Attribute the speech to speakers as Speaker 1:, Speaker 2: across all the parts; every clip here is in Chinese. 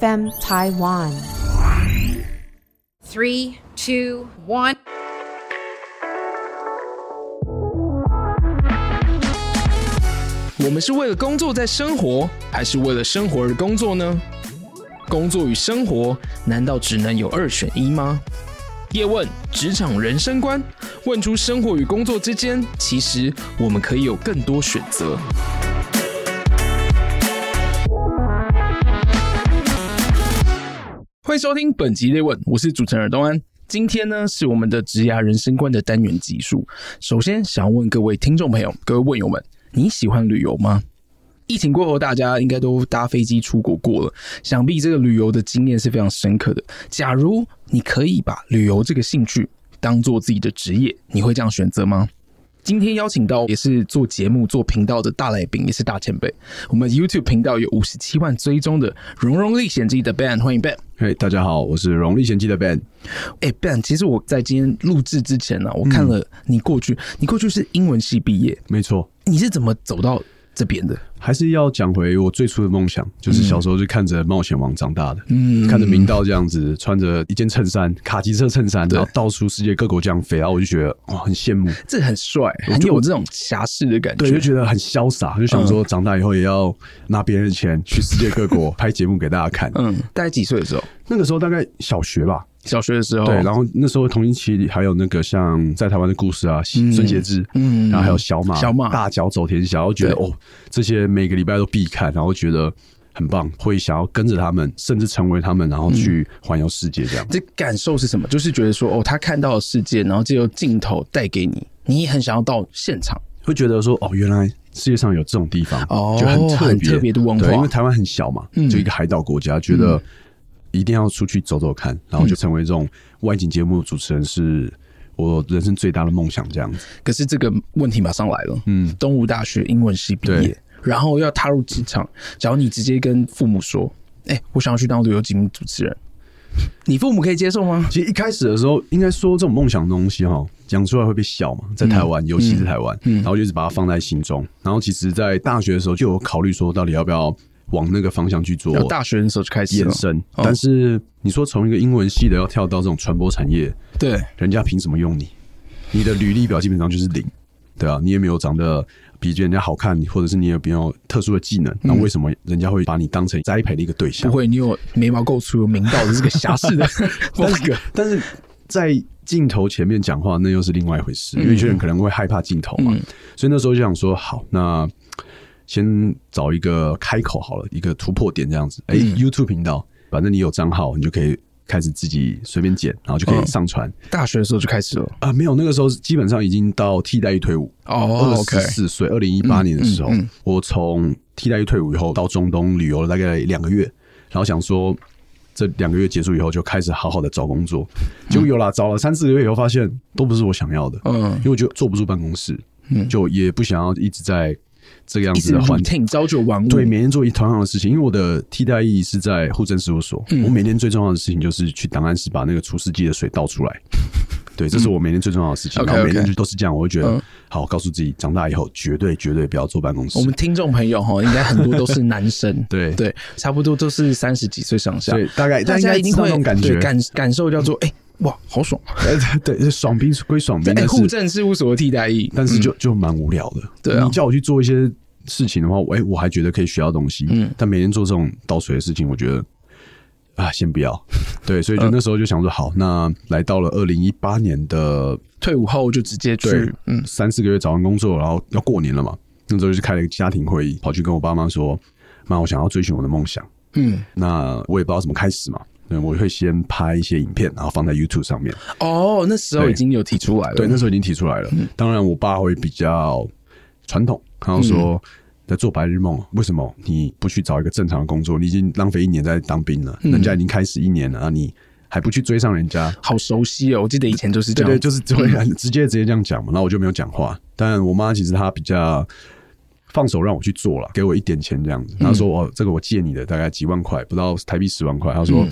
Speaker 1: FM Taiwan.
Speaker 2: Three, two, one.
Speaker 3: 我们是为了工作在生活，还是为了生活而工作呢？工作与生活难道只能有二选一吗？叶问职场人生观，问出生活与工作之间，其实我们可以有更多选择。欢迎收听本集《叶问》，我是主持人东安。今天呢是我们的职涯人生观的单元集数。首先，想问各位听众朋友、各位问友们，你喜欢旅游吗？疫情过后，大家应该都搭飞机出国过了，想必这个旅游的经验是非常深刻的。假如你可以把旅游这个兴趣当做自己的职业，你会这样选择吗？今天邀请到也是做节目、做频道的大来宾，也是大前辈。我们 YouTube 频道有五十七万追踪的《蓉蓉历险记》的 Ben，欢迎 Ben。
Speaker 4: 嘿大家好，我是《荣历险记》的 Ben。
Speaker 3: 哎、b e n 其实我在今天录制之前呢、啊我看了你过去，你过去是英文系毕业，
Speaker 4: 没错，
Speaker 3: 你是怎么走到这边的？
Speaker 4: 还是要讲回我最初的梦想，就是小时候就看着《冒险王》长大的，嗯，看着明道这样子，穿着一件衬衫，卡其色衬衫，然后到处世界各国这样飞，然后我就觉得哇，很羡慕，
Speaker 3: 这很帅，
Speaker 4: 我
Speaker 3: 很
Speaker 4: 就
Speaker 3: 有这种侠士的感觉。
Speaker 4: 对，就觉得很潇洒，嗯就想说长大以后也要拿别人的钱去世界各 国拍节目给大家看。
Speaker 3: 嗯，大概几岁的时候？
Speaker 4: 那个时候大概小学吧，
Speaker 3: 小学的时候。
Speaker 4: 对，然后那时候同一期还有那个像在台湾的故事啊，孙协志，嗯，然后还有小马，
Speaker 3: 小马
Speaker 4: 大脚走天下，我觉得
Speaker 3: 对
Speaker 4: 哦，这些每个礼拜都必看，然后觉得很棒，会想要跟着他们，甚至成为他们，然后去环游世界这样。
Speaker 3: 这感受是什么？就是觉得说，哦，他看到了世界，然后借由镜头带给你，你也很想要到现场。
Speaker 4: 会觉得说哦，原来世界上有这种地方，
Speaker 3: 哦
Speaker 4: 就很特
Speaker 3: 很
Speaker 4: 别
Speaker 3: 特别的文化嗯
Speaker 4: 对因为台湾很小嘛，就一个海岛国家，觉得一定要出去走走看，
Speaker 3: 嗯
Speaker 4: 然后就成为这种外景节目主持人是。我人生最大的梦想，这样子，
Speaker 3: 可是这个问题马上来了，嗯，东吴大学英文系毕业
Speaker 4: 对，
Speaker 3: 然后要踏入职场，假如你直接跟父母说，哎、我想要去当旅游节目主 持人，你父母可以接受吗？
Speaker 4: 其实一开始的时候，应该说这种梦想的东西哈，讲出来会被笑嘛，在台
Speaker 3: 嗯
Speaker 4: 湾，尤其是台湾，然后就一直把它放在心中。然后其实，在大学的时候就有考虑说，到底要不要往那个方向去做
Speaker 3: 要大学的哦时候就开始了
Speaker 4: 延，伸。但是你说从一个英文系的要跳到这种传播产业，
Speaker 3: 对，
Speaker 4: 人家凭什么用你？你的履历表基本上就是零，对啊，你也没有长得比人家好看，或者是你也没有特殊的技能，那为什么人家会把你当成栽培的一个对象？
Speaker 3: 嗯不会，你有眉毛够粗，有明道的这个侠士的风 格，
Speaker 4: 但是在镜头前面讲话，那又是另外一回
Speaker 3: 嗯
Speaker 4: 事，因为有些人可能会害怕镜头嘛，所以那时候就想说，好，那先找一个开口好了，一个突破点这样子。哎、
Speaker 3: 嗯
Speaker 4: y o u t u b e 频道，反正你有账号，你就可以开始自己随便剪，然后就可以上传。
Speaker 3: 大学的时候就开始了。
Speaker 4: 啊，没有，那个时候基本上已经到替代役退伍
Speaker 3: 哦，OK 嗯
Speaker 4: 二十四岁，二零一八年的时候，我从替代役退伍以后到中东旅游了大概两个月，然后想说这两个月结束以后就开始好好的找工作，结果有啦，找了三四个月以后发现都不是我想要的，
Speaker 3: 嗯
Speaker 4: 因为我觉得坐不住办公室，就也不想要一直在这个样
Speaker 3: 一
Speaker 4: 子
Speaker 3: 直
Speaker 4: 的环境。
Speaker 3: 挺朝九晚五，
Speaker 4: 对，每天做一同样的事情，因为我的替代役是在户政事务所，
Speaker 3: 嗯
Speaker 4: 我每天最重要的事情就是去档案室把那个除湿机的水倒 出来。对，这是我每天最重要的事
Speaker 3: 嗯
Speaker 4: 情，
Speaker 3: OK，
Speaker 4: 然后每
Speaker 3: OK 嗯
Speaker 4: 天就都是这样，我会觉得、好，告诉自己长大以后绝对绝对不要坐办公室。
Speaker 3: 我们听众朋友哈，应该很多都是男生，
Speaker 4: 对
Speaker 3: 对，差不多都是三十几岁上下，
Speaker 4: 对大概
Speaker 3: 大
Speaker 4: 大
Speaker 3: 家
Speaker 4: 家应该
Speaker 3: 一定
Speaker 4: 知道
Speaker 3: 会
Speaker 4: 那种感觉
Speaker 3: 对感感受叫做哎、哇，好爽！ 啊
Speaker 4: 对，爽兵归爽兵，
Speaker 3: 哎，
Speaker 4: 但
Speaker 3: 户
Speaker 4: 是
Speaker 3: 政事务所的替代役，嗯
Speaker 4: 但是就就蛮无聊的。
Speaker 3: 对啊
Speaker 4: 你叫我去做一些事情的话，我哎、我还觉得可以学到东西。嗯，但每天做这种倒水的事情，我觉得。啊，先不 要，对，所以就那时候就想说，好，那来到了二零一八年的
Speaker 3: 退伍后就直接
Speaker 4: 对
Speaker 3: 去，，嗯，
Speaker 4: 三四个月找完工作，然后要过年了嘛，那时候就开了一个家庭会议，跑去跟我爸妈说，妈，我想要追寻我的梦想，嗯，那我也不知道怎么开始嘛，对，我会先拍一些影片，然后放在 YouTube 上面，
Speaker 3: 哦，那时候
Speaker 4: 对
Speaker 3: 已经有提出来了，嗯嗯
Speaker 4: 对，那时候已经提出来了，当然我爸会比较传统，他就说。在做白日梦，为什么你不去找一个正常的工作？你已经浪费一年在当兵
Speaker 3: 嗯
Speaker 4: 了，人家已经开始一年了，啊，你还不去追上人家？
Speaker 3: 好熟悉哦，我记得以前就是这
Speaker 4: 对
Speaker 3: 样，嗯
Speaker 4: 对，就是会很直接直接这样讲嘛。然后我就没有讲话，但我妈其实她比较放手让我去做了，给我一点钱这样子。
Speaker 3: 嗯
Speaker 4: 她说：“哦，这个我借你的大概几万块，不到台币十万块。”她
Speaker 3: 嗯
Speaker 4: 说：“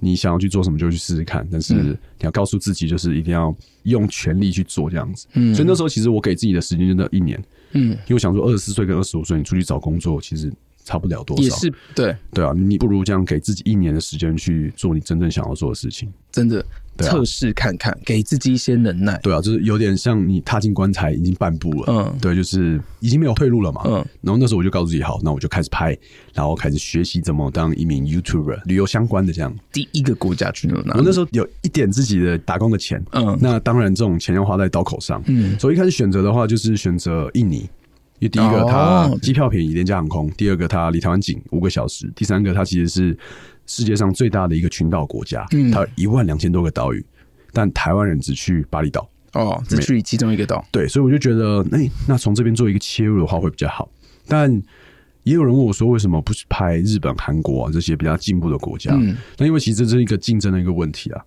Speaker 4: 你想要去做什么就去试试看，但是你要告诉自己，就是一定要用全力去做这样子。”嗯，所以那时候其实我给自己的时间真的一年，
Speaker 3: 嗯，
Speaker 4: 因为我想说二十四岁跟二十五岁你出去找工作，其实差不了多少。
Speaker 3: 也是对，
Speaker 4: 对啊，你不如这样给自己一年的时间去做你真正想要做的事情。
Speaker 3: 真的
Speaker 4: 对啊
Speaker 3: 测试看看，给自己一些能耐。
Speaker 4: 对啊，就是有点像你踏进棺材已经半步了，
Speaker 3: 嗯
Speaker 4: 对，就是已经没有退路了嘛，
Speaker 3: 嗯
Speaker 4: 然后那时候我就告诉自己，好，那我就开始拍，然后开始学习怎么当一名 YouTuber，旅游相关的这样。
Speaker 3: 第一个国家去了哪
Speaker 4: 我
Speaker 3: 里？
Speaker 4: 那时候有一点自己的打工的钱，
Speaker 3: 嗯
Speaker 4: 那当然这种钱要花在刀口上，
Speaker 3: 嗯
Speaker 4: 所以一开始选择的话就是选择印尼。因为第一个它
Speaker 3: 哦
Speaker 4: 机票便宜，廉价航空；第二个它离台湾近五个小时；第三个它其实是世界上最大的一个群岛国家，
Speaker 3: 嗯
Speaker 4: 它有一万两千多个岛屿，但台湾人只去巴厘岛，
Speaker 3: 哦，只去其中一个岛。
Speaker 4: 对，所以我就觉得，哎、那从这边做一个切入的话会比较好。但也有人问我说，为什么不去拍日本、韩国啊这些比较进步的国家？
Speaker 3: 嗯
Speaker 4: 那因为其实这是一个竞争的一个问题啊。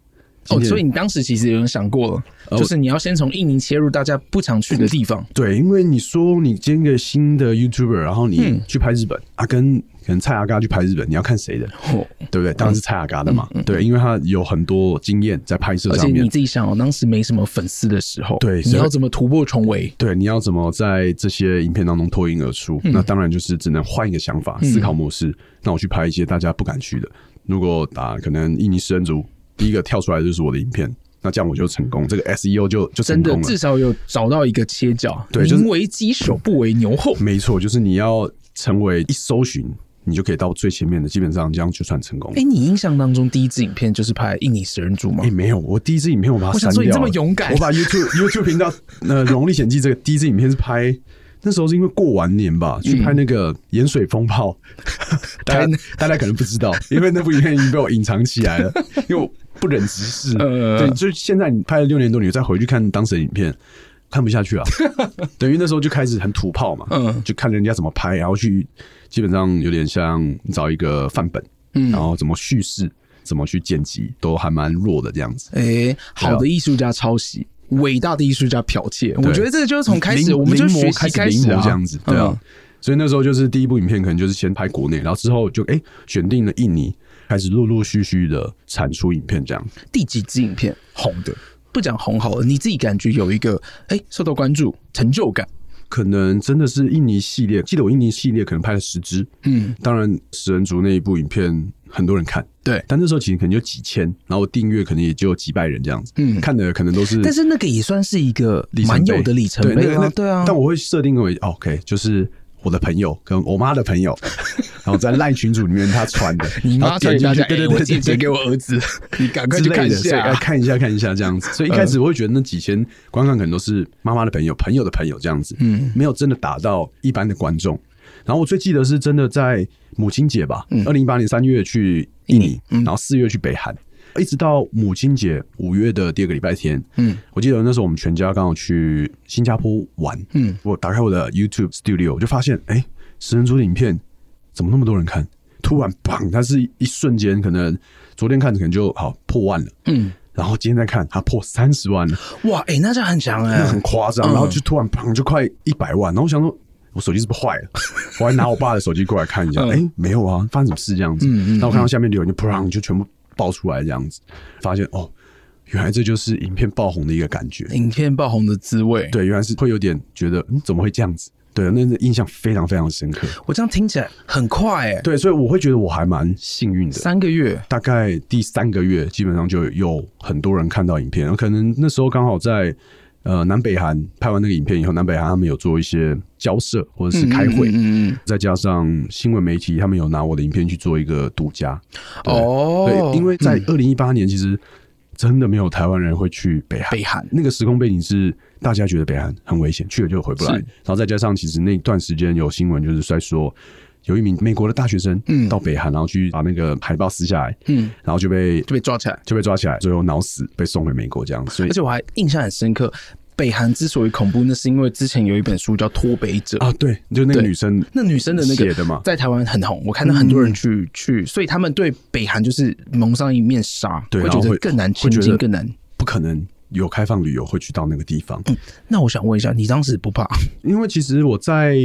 Speaker 3: 哦，
Speaker 4: 今天呃
Speaker 3: 所以你当时其实有想过了，就是你要先从印尼切入大家不常去的地 方。
Speaker 4: 对，因为你说你今天一个新的 YouTuber，然后
Speaker 3: 嗯
Speaker 4: 你去拍日本、啊，跟可能蔡阿嘎去拍日本，你要看谁的，
Speaker 3: 哦，嗯
Speaker 4: 对不对？当然是蔡阿嘎的嘛，对，因为他有很多经验在拍摄
Speaker 3: 而且
Speaker 4: 上面
Speaker 3: 你。自己想哦，当时没什么粉丝的时候，
Speaker 4: 对
Speaker 3: 你
Speaker 4: 所
Speaker 3: 要
Speaker 4: 以
Speaker 3: 怎么突破重围？
Speaker 4: 对，你要怎么在这些影片当中脱颖而出？
Speaker 3: 嗯
Speaker 4: 那当然就是只能换一个想法、思考模式。那我去拍一些大家不敢去的。如果打可能印尼食人族，第一个跳出来的就是我的影片，那这样我就成功，这个 SEO 就就成
Speaker 3: 真的
Speaker 4: 功了
Speaker 3: 至。少有找到一个切角，
Speaker 4: 对就是嗯
Speaker 3: 宁为鸡首不为牛后。
Speaker 4: 没错，就是你要成为一搜寻，你就可以到最前面的，基本上这样就算成功。
Speaker 3: 哎、你印象当中第一支影片就是拍印尼食人族吗？
Speaker 4: 哎、没有，我第一支影片我把它
Speaker 3: 我想
Speaker 4: 删
Speaker 3: 说
Speaker 4: 掉了。
Speaker 3: 你这么勇敢
Speaker 4: 我把 YouTube YouTube 频道呃《龙历险记》这个第一支影片是拍。那时候是因为过完年
Speaker 3: 嗯
Speaker 4: 吧，去拍那个盐水 风炮，大家大家可能不知道，因为那部影片已经被我隐藏起 来了，因为我不忍直视。
Speaker 3: 呃
Speaker 4: 对，就是现在你拍了六年多，你再回去看当时的影片，看不下 去啊。等于那时候就开始很土炮嘛，
Speaker 3: 嗯
Speaker 4: 就看人家怎么拍，然后去基本上有点像找一个范本，嗯，然后怎么叙事，怎么去剪辑，都还蛮弱的这样子。
Speaker 3: 哎、好的艺术家抄袭，伟大的艺术家剽窃。我觉得这个就是从开始，
Speaker 4: 临
Speaker 3: 我们就
Speaker 4: 临摹
Speaker 3: 学
Speaker 4: 开
Speaker 3: 习开
Speaker 4: 临
Speaker 3: 始啊，
Speaker 4: 摹这样子，对啊。
Speaker 3: 嗯
Speaker 4: 所以那时候就是第一部影片，可能就是先拍国内，然后之后就哎、选定了印尼，开始陆陆续续的产出影片这样。
Speaker 3: 第几支影片红的？不讲红好了，你自己感觉有一个哎、受到关注、成就感。
Speaker 4: 可能真的是印尼系列，记得我印尼系列可能拍了十支，
Speaker 3: 嗯，
Speaker 4: 当然食人族那一部影片很多人看，
Speaker 3: 对。
Speaker 4: 但那时候其实可能就几千，然后订阅可能也就几百人这样子，
Speaker 3: 嗯
Speaker 4: 看的可能都是
Speaker 3: 但是那个也算是一个
Speaker 4: 里程
Speaker 3: 蛮
Speaker 4: 碑
Speaker 3: 有的里程
Speaker 4: 对
Speaker 3: 碑
Speaker 4: 那个那
Speaker 3: 啊
Speaker 4: 个，
Speaker 3: 对啊。
Speaker 4: 但我会设定为哦 OK，就是我的朋友跟我妈的 朋友，然后在赖群组里面他传的，
Speaker 3: 你
Speaker 4: 然
Speaker 3: 妈
Speaker 4: 后
Speaker 3: 传
Speaker 4: 点
Speaker 3: 给
Speaker 4: 进
Speaker 3: 大
Speaker 4: 去，
Speaker 3: 家，
Speaker 4: 对对
Speaker 3: 哎
Speaker 4: 对
Speaker 3: 我借
Speaker 4: 对
Speaker 3: 钱
Speaker 4: 对，
Speaker 3: 给我儿子， 你赶快去
Speaker 4: 之类
Speaker 3: 看一
Speaker 4: 的所以哎
Speaker 3: 下。嗯
Speaker 4: 看一下，看一下这样子。所以一开始我会觉得那几千观看可能都是妈妈的朋友、朋友的朋友这样子，嗯，没有真的打到一般的观众。然后我最记得是真的在母亲节吧，
Speaker 3: 嗯
Speaker 4: 二零一八年三月去印尼，然后四月去北韩。一直到母亲节五月的第二个礼拜天，嗯，我记得那时候我们全家刚好去新加坡玩，嗯，我打开我的 YouTube Studio，我就发现，哎、食人族的影片怎么那么多人看？突然砰，它是一瞬间，可能昨天看可能就好破万了，嗯，然后今天再看它破三十万了，
Speaker 3: 哇，哎，那这样很强哎
Speaker 4: 那， 很夸张，然后就突然砰就快一百万，然后我想说。我手机是不是坏了？我还拿我爸的手机过来看一下，哎、没有啊，发生什么事这样子？然后我看到下面留言就砰就全部爆出来这样子，发现哦，原来这就是影片爆红的一个感觉。
Speaker 3: 影片爆红的滋味。
Speaker 4: 对，原来是会有点觉得，嗯，怎么会这样子？对，那那印象非常非常深刻。
Speaker 3: 我这样听起来很快哎，
Speaker 4: 对，所以我会觉得我还蛮幸运的。
Speaker 3: 三个月，
Speaker 4: 大概第三个月，基本上就有很多人看到影片，可能那时候刚好在呃南北韩拍完那个影片以后，南北韩他们有做一些交涉或者是开会，
Speaker 3: 嗯嗯嗯
Speaker 4: 再加上新闻媒体他们有拿我的影片去做一个独家。对
Speaker 3: 哦
Speaker 4: 对，因为在二零一八年其实。真的没有台湾人会去北韩，
Speaker 3: 北韩
Speaker 4: 那个时空背景是大家觉得北韩很危险，去了就回不来。
Speaker 3: 是
Speaker 4: 然后再加上，其实那段时间有新闻就是在说，有一名美国的大学生，嗯，到北韩，然后去把那个海报撕下来，
Speaker 3: 嗯，
Speaker 4: 然后就被
Speaker 3: 就被抓起来。
Speaker 4: 就被抓起来，最后脑死，被送回美国这样。所以
Speaker 3: 而且我还印象很深刻，北韩之所以恐怖，那是因为之前有一本书叫《脱北者》
Speaker 4: 啊，对，就那个
Speaker 3: 对
Speaker 4: 女生，
Speaker 3: 那女生的那个
Speaker 4: 写的嘛
Speaker 3: 在台湾很红，我看到很多
Speaker 4: 嗯
Speaker 3: 人去、去，所以他们对北韩就是蒙上一面纱，
Speaker 4: 对，
Speaker 3: 会
Speaker 4: 然
Speaker 3: 觉
Speaker 4: 后
Speaker 3: 得更难亲
Speaker 4: 会觉
Speaker 3: 近，
Speaker 4: 得
Speaker 3: 更难。
Speaker 4: 不可能有开放旅游会去到那个地方，
Speaker 3: 那我想问一下，你当时不怕？
Speaker 4: 因为其实我在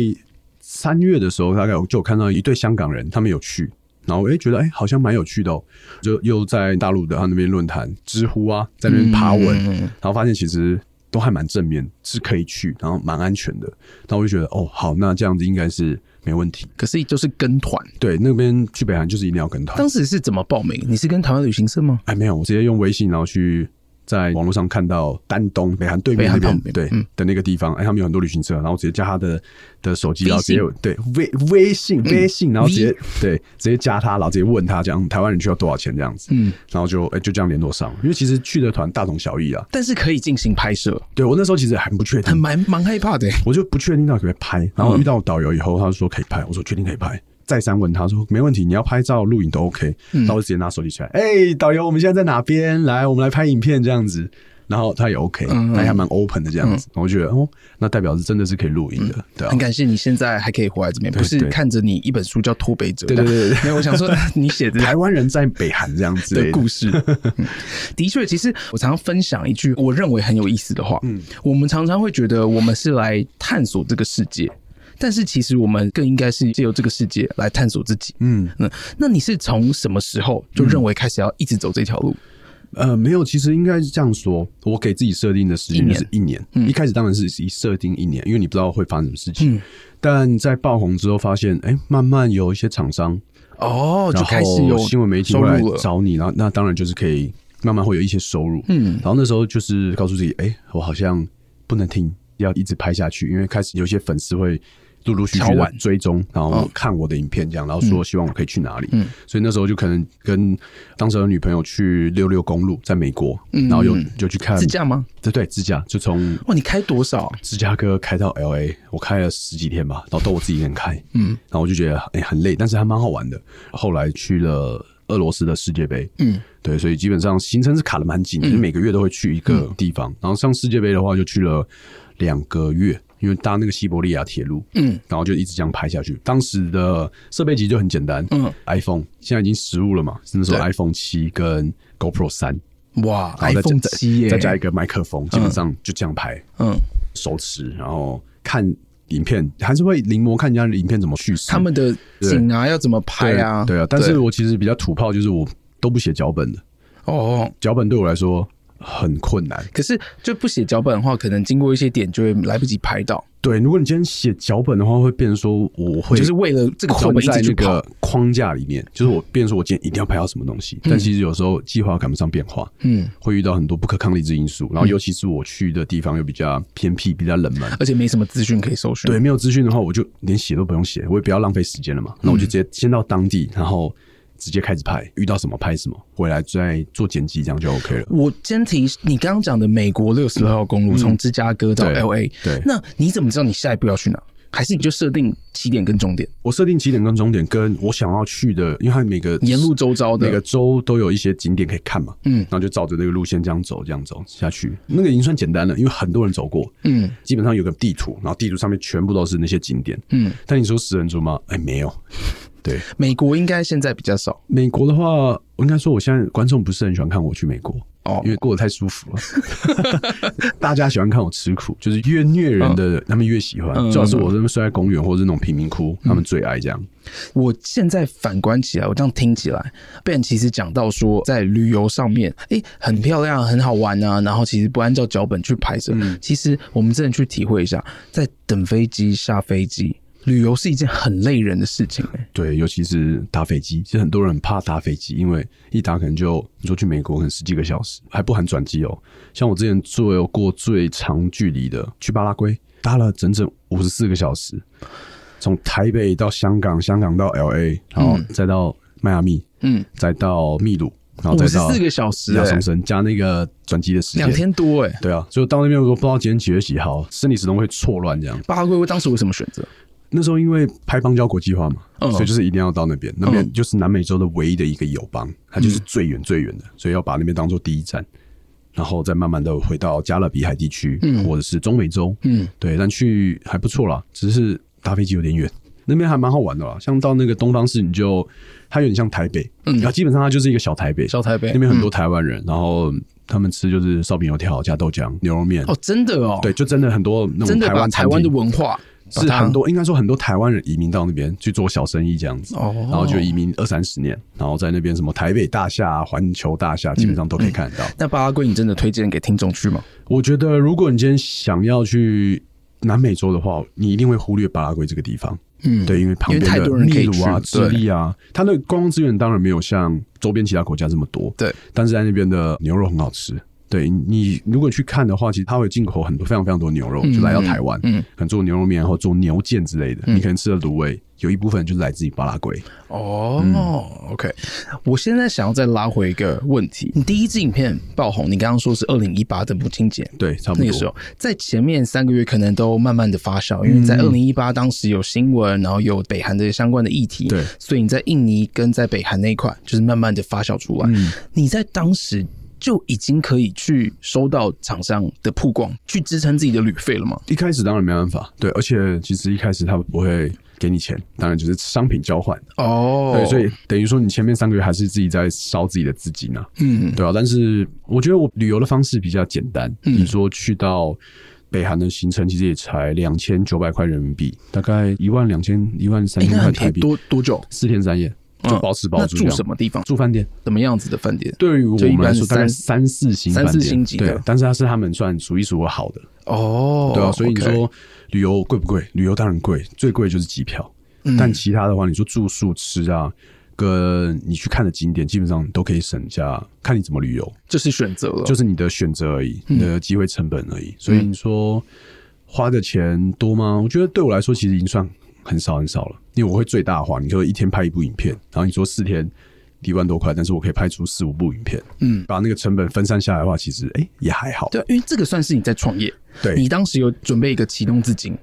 Speaker 4: 三月的时候，大概我就有看到一对香港人，他们有去，然后诶觉得诶好像蛮有趣的、哦，就又在大陆的他那边论坛、知乎啊，在那边爬文，然后发现其实都还蛮正面，是可以去，然后蛮安全的，那我就觉得哦，好，那这样子应该是没问题。
Speaker 3: 可是就是跟团，
Speaker 4: 对，那边去北韩就是一定要跟团
Speaker 3: 当。时是怎么报名？你是跟台湾旅行社吗？
Speaker 4: 哎，没有，我直接用微信，然后去在网络上看到丹东北韩对面
Speaker 3: 北
Speaker 4: 那
Speaker 3: 韩
Speaker 4: 边
Speaker 3: 旁边
Speaker 4: 对、
Speaker 3: 嗯
Speaker 4: 的那个地方，哎，他们有很多旅行社，然后直接加他的的手机，
Speaker 3: 微信嗯
Speaker 4: 然后直接有对微微信微信，然后直接、
Speaker 3: 微
Speaker 4: 对直接加他，然后直接问他这样嗯台湾人需要多少钱这样子，
Speaker 3: 嗯，
Speaker 4: 然后就哎就这样联络上了，因为其实去的团大同小异啊。
Speaker 3: 但是可以进行拍摄，
Speaker 4: 对我那时候其实很不确
Speaker 3: 很
Speaker 4: 定，
Speaker 3: 蛮蛮害怕的、
Speaker 4: 我就不确定到底可不可以拍，然后遇到导游以后，他就说可以拍，我说确定可以拍。再三问他说没问题，你要拍照、录影都 OK，然
Speaker 3: 嗯
Speaker 4: 后我就直接拿手机起来，哎、导游，我们现在在哪边？来，我们来拍影片这样子。然后他也 OK，他
Speaker 3: 嗯
Speaker 4: 也还蛮 open 的这样子，然后我觉得哦，那代表是真的是可以录影的，对啊
Speaker 3: 很，感谢你现在还可以活在这边，不是
Speaker 4: 对
Speaker 3: 看着你一本书叫《脱北者》。
Speaker 4: 对对对对
Speaker 3: 没有，我 想说你写的
Speaker 4: 台湾人在北韩这样子
Speaker 3: 的故 事。嗯的确，其实我常常分享一句我认为很有意思的话。嗯，我们常常会觉得我们是来探索这个世界，但是其实我们更应该是借由这个世界来探索自己。
Speaker 4: 嗯
Speaker 3: 嗯，那你是从什么时候就认为开始要一直走这条路？
Speaker 4: 呃，没有，其实应该是这样说，我给自己设定的时
Speaker 3: 一
Speaker 4: 间
Speaker 3: 年
Speaker 4: 就是一年，
Speaker 3: 嗯
Speaker 4: 一开始当然是一设定一年，因为你不知道会发生什么事情，但在爆红之后发现，哎、慢慢有一些厂商
Speaker 3: 哦，就
Speaker 4: 然
Speaker 3: 开始有
Speaker 4: 后新闻媒体
Speaker 3: 收
Speaker 4: 会来
Speaker 3: 入了。
Speaker 4: 找你，然后那当然就是可以慢慢会有一些收入。嗯，然后那时候就是告诉自己，哎、我好像不能停，要一直拍下去，因为开始有一些粉丝会。陆陆续
Speaker 3: 敲
Speaker 4: 续的
Speaker 3: 碗嗯
Speaker 4: 追踪，然后看我的影片，这样，然后说希望我可以去哪里。嗯，所以那时候就可能跟当时的女朋友去六六公路，在美国，然后又就去看
Speaker 3: 嗯自，驾吗？
Speaker 4: 对对，自驾，就从
Speaker 3: 哇，你开多少？
Speaker 4: 芝加哥开到 L A，我开了十几天吧，然后都我自己一个人开，嗯，然后我就觉得、哎很累，但是还蛮好玩的。后来去了俄罗斯的世界杯，嗯，对，所以基本上行程是卡的蛮紧，就是每个月都会去一个地方。然后上世界杯的话，就去了两个月，因为搭那个西伯利亚铁路，嗯，然后就一直这样拍下去。当时的设备集就很简单，嗯，iPhone 现在已经实物了嘛，那时候
Speaker 3: 对
Speaker 4: iPhone 七跟 GoPro 三，
Speaker 3: 哇
Speaker 4: 然后再
Speaker 3: ，iPhone
Speaker 4: 再
Speaker 3: 七耶！
Speaker 4: 再加一个麦克风，基本上就这样拍。
Speaker 3: 嗯，
Speaker 4: 手持，然后看影片，还是会临摹看人家的影片怎么叙事。
Speaker 3: 他们的景啊，要怎么拍
Speaker 4: 对
Speaker 3: 啊？
Speaker 4: 对啊。但是我其实比较土炮，就是我都不写脚本的，
Speaker 3: 哦，
Speaker 4: 脚本对我来说很困难。
Speaker 3: 可是就不写脚本的话，可能经过一些点就会来不及拍到，
Speaker 4: 对，如果你今天写脚本的话，会变成说我会
Speaker 3: 就是为了这个脚
Speaker 4: 困
Speaker 3: 本一
Speaker 4: 在
Speaker 3: 直
Speaker 4: 那
Speaker 3: 去跑。
Speaker 4: 个框架里面，就是我变成说我今天一定要拍到什么东西，但其实有时候计划赶不上变化，
Speaker 3: 嗯，
Speaker 4: 会遇到很多不可抗力之因素。然后尤其是我去的地方又比较偏僻，比较冷门，
Speaker 3: 而且没什么资讯可以搜寻。
Speaker 4: 对，，没有资讯的话，我就连写都不用写，我也不要浪费时间了
Speaker 3: 嗯
Speaker 4: 嘛。那我就直接先到当地，然后直接开始拍，遇到什么拍什么，回来再做剪辑，这样就 OK 了。
Speaker 3: 我先提你刚刚讲的美国六十六号公路，从芝加哥到
Speaker 4: 嗯对
Speaker 3: L A，
Speaker 4: 对
Speaker 3: 那你怎么知道你下一步要去哪？还是你就设定起点跟终点，
Speaker 4: 我设定起点跟终点，跟我想要去的，因为它每个
Speaker 3: 沿路周遭的
Speaker 4: 每个州都有一些景点可以看嘛，嗯，然后就照着那个路线这样走，这样走下去，那个已经算简单了，因为很多人走过，嗯，基本上有个地图，然后地图上面全部都是那些景点，嗯，但你说食人族吗？哎，没有，对，
Speaker 3: 美国应该现在比较少
Speaker 4: 美国的话，我应该说我现在观众不是很喜欢看我去美国
Speaker 3: 哦
Speaker 4: 因为过得太舒服了。 大家喜欢看我吃苦，就是越虐人的，他们越喜欢。
Speaker 3: 嗯
Speaker 4: 最好是我他们睡在公园或者是那种贫民窟，他们最爱这样。
Speaker 3: 我现在反观起来，我这样听起来，Ben 其实讲到说，在旅游上面，诶，很漂亮，很好玩啊。然后其实不按照脚本去拍摄，
Speaker 4: 嗯
Speaker 3: 其实我们真的去体会一下，在等飞机、下飞机，旅游是一件很累人的事情、欸诶
Speaker 4: 对，尤其是搭飞机，其实很多人很怕搭飞机，因为一搭可能就你说去美国可能十几个小时，还不含转机哦。像我之前坐过最长距离的，去巴拉圭搭了整整五十四个小时，从台北到香港，香港到 L A，然后再到迈阿密，
Speaker 3: 嗯，
Speaker 4: 再到秘鲁，然后
Speaker 3: 五
Speaker 4: 再
Speaker 3: 十
Speaker 4: 到
Speaker 3: 四个小时、
Speaker 4: 亚
Speaker 3: 诶
Speaker 4: 松森加那个转机的时间，
Speaker 3: 两天多、欸诶。
Speaker 4: 对啊，所以我到那边我都不知道今天几月几号，身体始终会错乱这样。
Speaker 3: 巴拉圭当时为什么选择？
Speaker 4: 那时候因为拍邦交国际化嘛，
Speaker 3: 嗯
Speaker 4: 所以就是一定要到那边，那边
Speaker 3: 嗯嗯
Speaker 4: 就是南美洲的唯一的一个友邦，它就是最远最远的，所以要把那边当做第一站。然后再慢慢的回到加勒比海地区，
Speaker 3: 嗯
Speaker 4: 或者是中美洲，
Speaker 3: 嗯，
Speaker 4: 对，但去还不错啦，只是搭飞机有点远。那边还蛮好玩的啦，像到那个东方市，你就它有点像台北，
Speaker 3: 嗯
Speaker 4: 然后基本上它就是一个小台北，
Speaker 3: 小台北嗯
Speaker 4: 那边很多台湾人，然后他们吃就是烧饼油条加豆浆、牛肉面，
Speaker 3: 哦，真的哦，
Speaker 4: 对，，就真的很多那
Speaker 3: 真
Speaker 4: 种
Speaker 3: 的
Speaker 4: 台
Speaker 3: 把
Speaker 4: 湾
Speaker 3: 台
Speaker 4: 餐
Speaker 3: 湾的
Speaker 4: 厅
Speaker 3: 文化把
Speaker 4: 是
Speaker 3: 它
Speaker 4: 很多，应该说很多台湾人移民到那边去做小生意这样子，
Speaker 3: 哦
Speaker 4: 然后就移民二三十年，然后在那边什么台北大厦啊、环球大厦，基本上都可以看得到。
Speaker 3: 那巴拉圭你真的推荐给听众去吗？
Speaker 4: 我觉得如果你今天想要去南美洲的话，你一定会忽略巴拉圭这个地方，
Speaker 3: 嗯，
Speaker 4: 对，因为旁
Speaker 3: 因为
Speaker 4: 边
Speaker 3: 太
Speaker 4: 的
Speaker 3: 多人可
Speaker 4: 秘
Speaker 3: 以
Speaker 4: 鲁啊、
Speaker 3: 去
Speaker 4: 智利啊，它的观光资源当然没有像周边其他国家这么多，
Speaker 3: 对，
Speaker 4: 但是在那边的牛肉很好吃。对你，如果去看的话，其实它会进口很多非常非常多牛肉，就来到台湾，
Speaker 3: 嗯嗯嗯
Speaker 4: 可能做牛肉面，然后做牛腱之类的。你可能吃的卤味，有一部分就是来自于巴拉圭。
Speaker 3: 哦、o k 我现在想要再拉回一个问题，你第一支影片爆红，你刚刚说是二零一八的母亲节，
Speaker 4: 对，差不
Speaker 3: 那
Speaker 4: 多。
Speaker 3: 个时候，在前面三个月可能都慢慢的发酵，因为在二零一八当时有新闻，然后有北韩的相关的议题，
Speaker 4: 对
Speaker 3: 所以你在印尼跟在北韩那一块就是慢慢的发酵出来。你在当时就已经可以去收到厂商的曝光，去支撑自己的旅费了吗？
Speaker 4: 一开始当然没办法，对，而且其实一开始他们不会给你钱，当然就是商品交换。
Speaker 3: 哦
Speaker 4: 对，所以等于说你前面三个月还是自己在烧自己的资金呢、
Speaker 3: 嗯
Speaker 4: 对啊，但是我觉得我旅游的方式比较简单，
Speaker 3: 嗯
Speaker 4: 你说去到北韩的行程其实也才两千九百块人民币，大概一万两千一万三
Speaker 3: 哎，
Speaker 4: 千
Speaker 3: 那
Speaker 4: 块
Speaker 3: 很便
Speaker 4: 台
Speaker 3: 宜，
Speaker 4: 币，
Speaker 3: 多多久？
Speaker 4: 四天三夜就包吃包
Speaker 3: 嗯那
Speaker 4: 住这样、
Speaker 3: 住什么地方？
Speaker 4: 住饭店。
Speaker 3: 什么样子的饭店？
Speaker 4: 对于我
Speaker 3: 就一
Speaker 4: 们来
Speaker 3: 般
Speaker 4: 说，大概
Speaker 3: 三
Speaker 4: 三四星
Speaker 3: 三
Speaker 4: 饭
Speaker 3: 四
Speaker 4: 店，
Speaker 3: 星级的
Speaker 4: 对，但是它是他们算数一数二好的，
Speaker 3: 哦，
Speaker 4: 对啊，所以你
Speaker 3: OK
Speaker 4: 说旅游贵不贵？旅游当然贵，最贵就是机票。
Speaker 3: 嗯
Speaker 4: 但其他的话，你说住宿、吃啊，跟你去看的景点，基本上都可以省下，看你怎么旅游，
Speaker 3: 就是选择了，
Speaker 4: 就是是你的选择而已，
Speaker 3: 嗯
Speaker 4: 你的机会成本而已。所以你说花的钱多吗？我觉得对我来说，其实已经算很少很少了，因为我会最大化。你说一天拍一部影片，然后你说四天。一万多块，但是我可以拍出四五部影片，嗯，把那个成本分散下来的话，其实哎、也还好，
Speaker 3: 对，啊因为这个算是你在创业，
Speaker 4: 对
Speaker 3: 你当时有准备一个启动资金，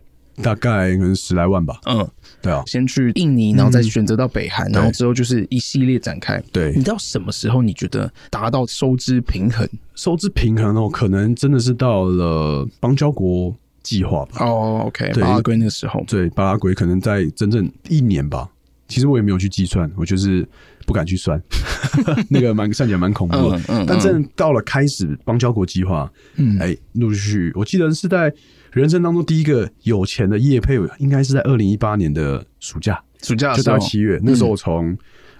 Speaker 4: 大概可能十来万吧，
Speaker 3: 嗯，
Speaker 4: 对啊，
Speaker 3: 先去印尼，然后再选择到北韩，然后之后就是一系列展开。
Speaker 4: 嗯对
Speaker 3: 你到什么时候你觉得达到收支平衡？
Speaker 4: 收支平衡哦，可能真的是到了邦交国计划吧。
Speaker 3: 哦，OK，
Speaker 4: 对
Speaker 3: 巴拉圭那个时候，
Speaker 4: 对，巴拉圭可能在整整一年吧。其实我也没有去计算，我就是不敢 去算，那个蛮算起来蛮恐怖的。
Speaker 3: 嗯嗯
Speaker 4: 但真的到了开始邦交国计划，
Speaker 3: 嗯
Speaker 4: 哎、陆续我记得是在人生当中第一个有钱的业配，应该是在二零一八年的暑假，
Speaker 3: 暑假的
Speaker 4: 就
Speaker 3: 时
Speaker 4: 大
Speaker 3: 候
Speaker 4: 概，七月，那时候我从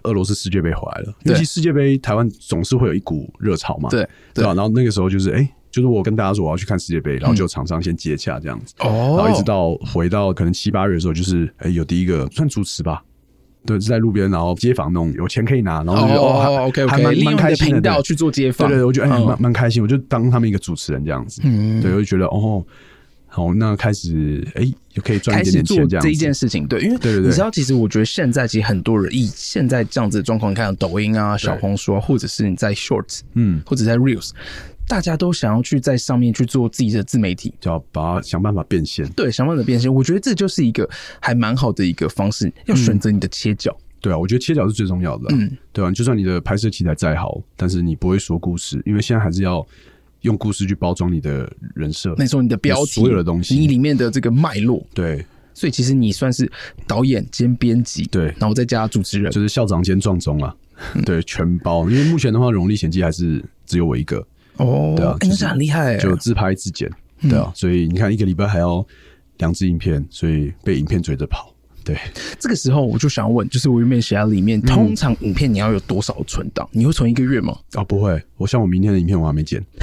Speaker 4: 俄罗斯世界杯回来了，
Speaker 3: 哦嗯对
Speaker 4: 尤其世界杯台湾总是会有一股热潮嘛，
Speaker 3: 对
Speaker 4: 对吧、然后那个时候就是哎、就是我跟大家说我要去看世界杯，然后就厂商先接洽这样子，
Speaker 3: 嗯哦
Speaker 4: 然后一直到回到可能七八月的时候，就是哎、有第一个算主持吧。对，是在路边，然后街坊弄，有钱可以拿，然后就觉得
Speaker 3: 哦
Speaker 4: 还
Speaker 3: ，OK，OK，
Speaker 4: 还蛮
Speaker 3: 利用
Speaker 4: 蛮
Speaker 3: 你的
Speaker 4: 开心
Speaker 3: 频道
Speaker 4: 对
Speaker 3: 去做街访
Speaker 4: 对对，我觉得哎
Speaker 3: 嗯
Speaker 4: 蛮蛮开心，我就当他们一个主持人这样子，对，我就觉得哦，好，那开始哎就可以赚
Speaker 3: 开
Speaker 4: 一
Speaker 3: 始
Speaker 4: 点点
Speaker 3: 做
Speaker 4: 钱这样
Speaker 3: 这
Speaker 4: 子
Speaker 3: 一件事情，对，因为
Speaker 4: 对对对
Speaker 3: 你知道，其实我觉得现在其实很多人以现在这样子的状况，你看抖音啊、小红书啊，或者是你在 Shorts，
Speaker 4: 嗯，
Speaker 3: 或者在 Reels，大家都想要去在上面去做自己的自媒体，
Speaker 4: 就要把它想办法变现。
Speaker 3: 对，想办法变现。我觉得这就是一个还蛮好的一个方式，要选择你的切角。
Speaker 4: 对啊，我觉得切角是最重要的、嗯，对啊，就算你的拍摄题材再好，但是你不会说故事，因为现在还是要用故事去包装你的人设。
Speaker 3: 那时候你的标题，
Speaker 4: 所有的东西
Speaker 3: 你里面的这个脉络，
Speaker 4: 对，
Speaker 3: 所以其实你算是导演兼编辑，
Speaker 4: 对
Speaker 3: 然后再加主持人
Speaker 4: 就。是校长兼撞钟啊，对，全包。因为目前的话，《荣历险记》还是只有我一个，
Speaker 3: 哦，
Speaker 4: 对啊，
Speaker 3: 哎
Speaker 4: 就
Speaker 3: 那
Speaker 4: 是
Speaker 3: 是很厉害、欸，
Speaker 4: 就自拍自剪，对啊，所以你看一个礼拜还要两支影片，所以被影片追着跑。对，
Speaker 3: 这个时候我就想问，就是我原本写在里面，
Speaker 4: 嗯
Speaker 3: 通常影片你要有多少存档？你会存一个月吗？
Speaker 4: 哦，不会，我像我明天的影片我还没剪，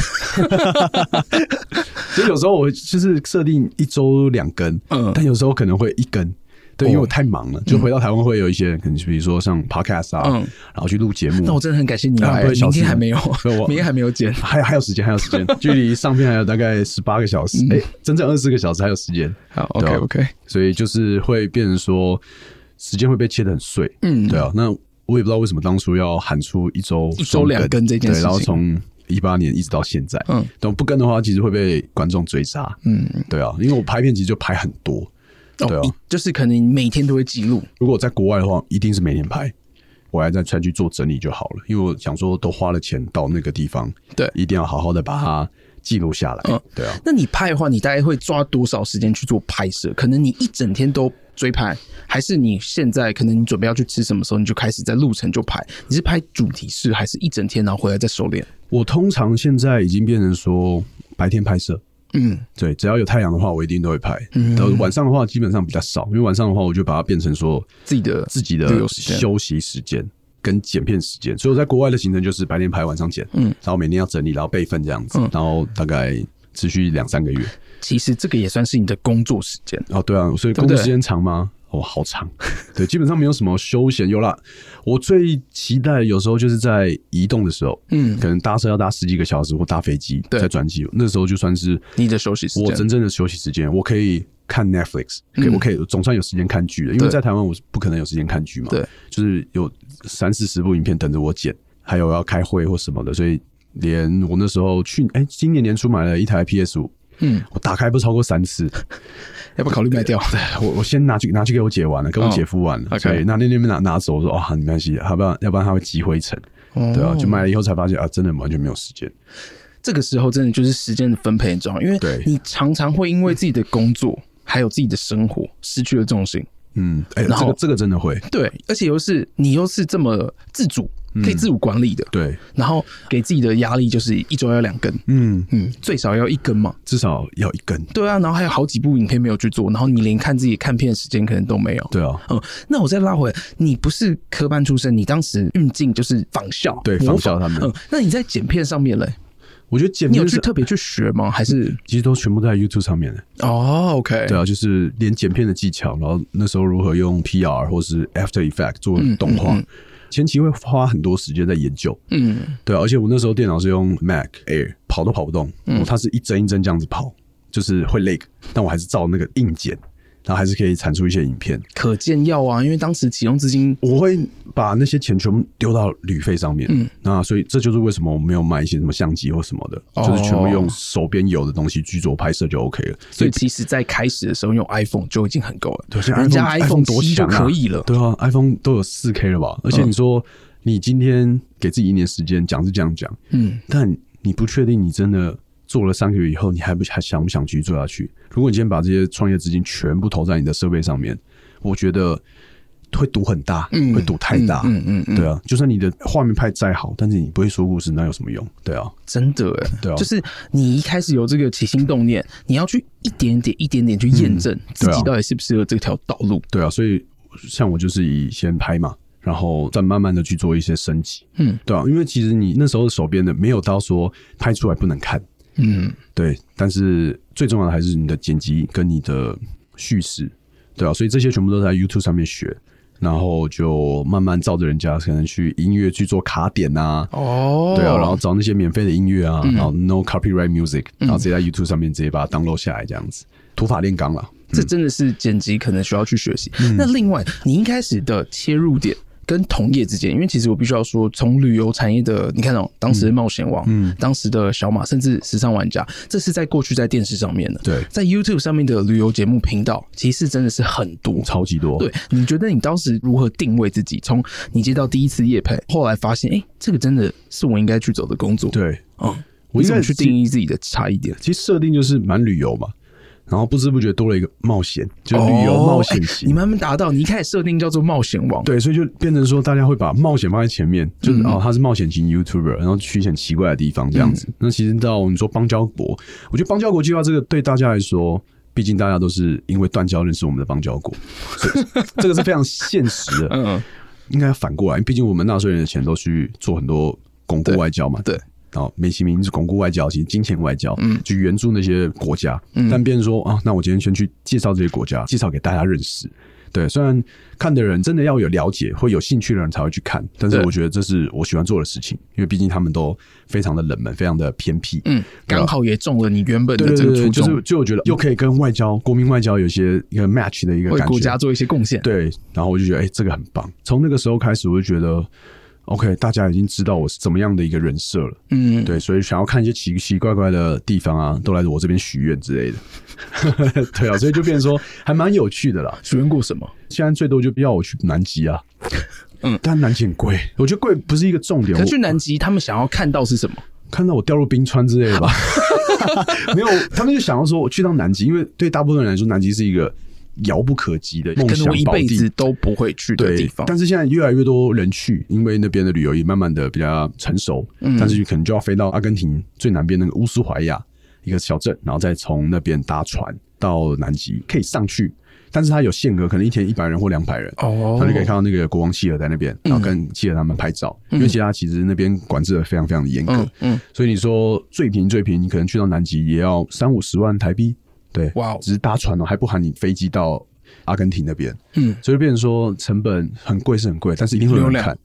Speaker 4: 所以有时候我就是设定一周两更，
Speaker 3: 嗯哦
Speaker 4: 但有时候可能会一更。对，因为我太忙了，就回到台湾会有一些，可能比如说上 podcast 啊，
Speaker 3: 嗯
Speaker 4: 然后去录节目。
Speaker 3: 那我真的很感谢你
Speaker 4: 啊
Speaker 3: 来，
Speaker 4: 不会小
Speaker 3: 明天
Speaker 4: 事
Speaker 3: 还没有
Speaker 4: 不是，我
Speaker 3: 明天还没有剪。
Speaker 4: 还还有时间，还 有时间，距离上片还有大概十八个小时，哎、整整二十个小时还有时间。
Speaker 3: 嗯好
Speaker 4: 对啊
Speaker 3: ，OK，OK
Speaker 4: 所以就是会变成说，时间会被切得很碎。嗯，对啊。那我也不知道为什么当初要喊出一周
Speaker 3: 一周两更这件事情
Speaker 4: 对，然后从一八年一直到现在，
Speaker 3: 嗯
Speaker 4: 嗯，但我不更的话，其实会被观众追杀。嗯，对啊，因为我拍片其实就拍很多，对啊
Speaker 3: 哦哦，一就是可能你每天都会记录，
Speaker 4: 如果在国外的话，一定是每天拍。我还在再去做整理就好了，因为我想说都花了钱到那个地方，
Speaker 3: 对
Speaker 4: 一定要好好的把它记录下来。
Speaker 3: 嗯
Speaker 4: 对啊，
Speaker 3: 那你拍的话，你大概会抓多少时间去做拍摄？可能你一整天都追拍，还是你现在可能你准备要去吃什么时候，你就开始在路程就拍？你是拍主题式，还是一整天然后回来再收敛？
Speaker 4: 我通常现在已经变成说白天拍摄，
Speaker 3: 嗯，
Speaker 4: 对，只要有太阳的话，我一定都会拍。然后晚上的话，基本上比较少，因为晚上的话，我就把它变成说
Speaker 3: 自己的
Speaker 4: 自己的
Speaker 3: 旅游时间。
Speaker 4: 休息时间跟剪片时间。所以我在国外的行程就是白天拍，晚上剪，嗯，然后每天要整理，然后备份这样
Speaker 3: 嗯
Speaker 4: 子，然后大概持续两三个月。
Speaker 3: 其实这个也算是你的工作时间。
Speaker 4: 哦，对啊，所以
Speaker 3: 对不
Speaker 4: 工作
Speaker 3: 对
Speaker 4: 时间长吗？哦，好长， 对，基本上没有什么休闲。有啦，我最期待有时候就是在移动的时候，嗯，可能搭车要搭十几个小时，或搭飞机
Speaker 3: 对
Speaker 4: 再转机，那时候就算是
Speaker 3: 你的休息时间
Speaker 4: 我真正的休息时间，我可以看 Netflix，可
Speaker 3: 嗯
Speaker 4: 以我可以总算有时间看剧了，因为在台湾我是不可能有时间看剧嘛，
Speaker 3: 对，
Speaker 4: 就是有三四十部影片等着我剪，还有要开会或什么的，所以连我那时候去，哎、今年年初买了一台 PS 五。嗯，我打开不超过三次，
Speaker 3: 要不要考虑卖 掉？
Speaker 4: 我我先拿去拿去给我姐玩了，跟我
Speaker 3: 哦
Speaker 4: 姐夫玩了。
Speaker 3: OK
Speaker 4: 所以那那那边拿拿走，我说啊、没关系，要不然要不然他会积灰尘，
Speaker 3: 哦
Speaker 4: 对啊，就买了以后才发现啊，真的完全没有时间。
Speaker 3: 这个时候真的就是时间的分配很重要，因为
Speaker 4: 对
Speaker 3: 你常常会因为自己的工作还有自己的生活失去了重心。
Speaker 4: 嗯，哎、
Speaker 3: 然
Speaker 4: 这
Speaker 3: 后
Speaker 4: 个这个真的会，
Speaker 3: 对，而且又是你又是这么自主，可以自主管理的，
Speaker 4: 嗯对，
Speaker 3: 然后给自己的压力就是一周要两根，
Speaker 4: 嗯，
Speaker 3: 嗯，最少要一根嘛。
Speaker 4: 至少要一根，
Speaker 3: 对啊，然后还有好几部影片没有去做，然后你连看自己看片的时间可能都没有。
Speaker 4: 对啊，
Speaker 3: 嗯，那我再拉回来，你不是科班出身，你当时运镜就是仿效，
Speaker 4: 对
Speaker 3: 模
Speaker 4: 仿效他们
Speaker 3: 嗯，那你在剪片上面嘞，
Speaker 4: 我觉得剪
Speaker 3: 你有
Speaker 4: 片
Speaker 3: 去
Speaker 4: 是
Speaker 3: 特别去学吗？还是
Speaker 4: 其实都全部都在 YouTube 上面的。
Speaker 3: 哦，OK，
Speaker 4: 对啊，就是连剪片的技巧，然后那时候如何用 PR 或是 After Effect 做动画，前期会花很多时间在研究。
Speaker 3: 嗯，
Speaker 4: 对啊、而且我那时候电脑是用 Mac Air，跑都跑不动，我它是一帧一帧这样子跑，就是会 lag，但我还是照那个硬剪，然后还是可以产出一些影片。
Speaker 3: 可见要啊，因为当时启用资金
Speaker 4: 我会把那些钱全部丢到旅费上面，那所以这就是为什么我没有买一些什么相机或什么的，
Speaker 3: 哦
Speaker 4: 就是全部用手边有的东西去做拍摄就 OK 了。
Speaker 3: 所以其实，在开始的时候用 iPhone 就已经很够了，
Speaker 4: 对，现在
Speaker 3: 人家
Speaker 4: iPhone 多
Speaker 3: 7就
Speaker 4: 强啊
Speaker 3: 可以了。嗯
Speaker 4: 对啊，iPhone 都有四 K 了吧？而且你说你今天给自己一年时间，讲是这样讲，
Speaker 3: 嗯，
Speaker 4: 但你不确定你真的做了三个月以后，你还不还想不想继续做下去？如果你今天把这些创业资金全部投在你的设备上面，我觉得会赌很大，
Speaker 3: 嗯
Speaker 4: 会赌太大，
Speaker 3: 嗯嗯嗯嗯
Speaker 4: 对啊，就算你的画面拍再好，但是你不会说故事，那有什么用？对啊，
Speaker 3: 真的哎，
Speaker 4: 对啊
Speaker 3: 就是你一开始有这个起心动念，你要去一点点、一点点去验证自
Speaker 4: 对
Speaker 3: 己
Speaker 4: 啊
Speaker 3: 到底适不适合这条道路。
Speaker 4: 对啊，所以像我就是以先拍嘛，然后再慢慢的去做一些升级，
Speaker 3: 嗯，
Speaker 4: 对啊，因为其实你那时候手边的没有到说拍出来不能看，
Speaker 3: 嗯，
Speaker 4: 对，但是最重要的还是你的剪辑跟你的叙事，对啊，所以这些全部都在 YouTube 上面学。然后就慢慢照着人家可能去音乐去做卡点啊，
Speaker 3: 哦嗯
Speaker 4: 对啊，然后找那些免费的音乐啊，然后 no copyright music，然后直接在 YouTube 上面直接把它 download 下来这样子，土法炼钢嗯了。
Speaker 3: 这真的是剪辑可能需要去学习。
Speaker 4: 嗯
Speaker 3: 那另外，你一开始的切入点。跟同业之间，因为其实我必须要说，从旅游产业的，你看哦，当时的冒险王，嗯，当时的小马，甚至时尚玩家，这是在过去在电视上面的，
Speaker 4: 对
Speaker 3: 在 YouTube 上面的旅游节目频道，其实真的是很多，
Speaker 4: 超级多，
Speaker 3: 对，你觉得你当时如何定位自己？从你接到第一次业配，后来发现，哎、这个真的是我应该去走的工作。，
Speaker 4: 对，
Speaker 3: 嗯，
Speaker 4: 我
Speaker 3: 我
Speaker 4: 应
Speaker 3: 怎
Speaker 4: 该
Speaker 3: 么去定义自己的差异点？
Speaker 4: 其实设定就是蛮旅游嘛，然后不知不觉多了一个冒险，就旅游
Speaker 3: 哦
Speaker 4: 冒险
Speaker 3: 诶
Speaker 4: 型。
Speaker 3: 你慢慢达到，你一开始设定叫做冒险王。，
Speaker 4: 对，所以就变成说，大家会把冒险放在前
Speaker 3: 嗯
Speaker 4: 面，就是、哦，他是冒险型 YouTuber，然后去一些很奇怪的地方这样子。
Speaker 3: 嗯
Speaker 4: 那其实到你说邦交国，我觉得邦交国计划这个对大家来说，毕竟大家都是因为断交认识我们的邦交国，所以这个是非常现实 的。
Speaker 3: 嗯，
Speaker 4: 应该反过来，毕竟我们纳税人的钱都去做很多巩固外交嘛。
Speaker 3: 对
Speaker 4: 然后美其名是巩固外交，其实金钱外交，嗯，去援助那些国家。
Speaker 3: 嗯
Speaker 4: 但别人说啊，那我今天先去介绍这些国家，介绍给大家认识。对，虽然看的人真的要有了解或有兴趣的人才会去看，但是
Speaker 3: 对
Speaker 4: 我觉得这是我喜欢做的事情，因为毕竟他们都非常的冷门，非常的偏僻。
Speaker 3: 嗯，刚好也中了你原本
Speaker 4: 对
Speaker 3: 的
Speaker 4: 啊对
Speaker 3: 这
Speaker 4: 对
Speaker 3: 个
Speaker 4: 对，
Speaker 3: 初
Speaker 4: 就
Speaker 3: 衷
Speaker 4: 是，就我觉得又可以跟外交、国民外交有一些一个 match 的一个
Speaker 3: 为
Speaker 4: 感觉，
Speaker 3: 国家做一些贡献。，
Speaker 4: 对，然后我就觉得，哎、这个很棒。从那个时候开始，我就觉得，OK，大家已经知道我是怎么样的一个人设了。
Speaker 3: 嗯，
Speaker 4: 对，所以想要看一些奇奇怪怪的地方啊，都来我这边许愿之类的。 对啊，所以就变成说还蛮有趣的啦。
Speaker 3: 许愿过什么？
Speaker 4: 现在最多就要我去南极啊，
Speaker 3: 嗯
Speaker 4: 但南极很贵，我觉得贵不是一个重点。
Speaker 3: 可
Speaker 4: 我
Speaker 3: 去南极，他们想要看到是什么？
Speaker 4: 看到我掉入冰川之类 的吧？ 没有，他们就想要说我去到南极，因为对大部分人来说，南极是一个遥不可及的梦
Speaker 3: 可能
Speaker 4: 想
Speaker 3: 我一
Speaker 4: 宝
Speaker 3: 辈
Speaker 4: 地
Speaker 3: 子都不会去的
Speaker 4: 对
Speaker 3: 地方。
Speaker 4: 但是现在越来越多人去，因为那边的旅游也慢慢的比较成熟，
Speaker 3: 嗯
Speaker 4: 但是可能就要飞到阿根廷最南边那个乌斯怀亚一个小镇，然后再从那边搭船到南极，可以上去。但是它有限额，可能一天一百人或两百人，
Speaker 3: 哦嗯
Speaker 4: 他就可以看到那个国王希尔在那边，然后跟希尔他们拍照，因为其他其实那边管制的非常非常的严格，
Speaker 3: 嗯嗯
Speaker 4: 所以你说最平最平，你可能去到南极也要三五十万台币，对，
Speaker 3: 哇哦
Speaker 4: 只是搭船哦，还不含你飞机到阿根廷那边，
Speaker 3: 嗯，
Speaker 4: 所以变成说成本很贵是很贵，但是一定会有
Speaker 3: 流
Speaker 4: 人
Speaker 3: 量
Speaker 4: 看，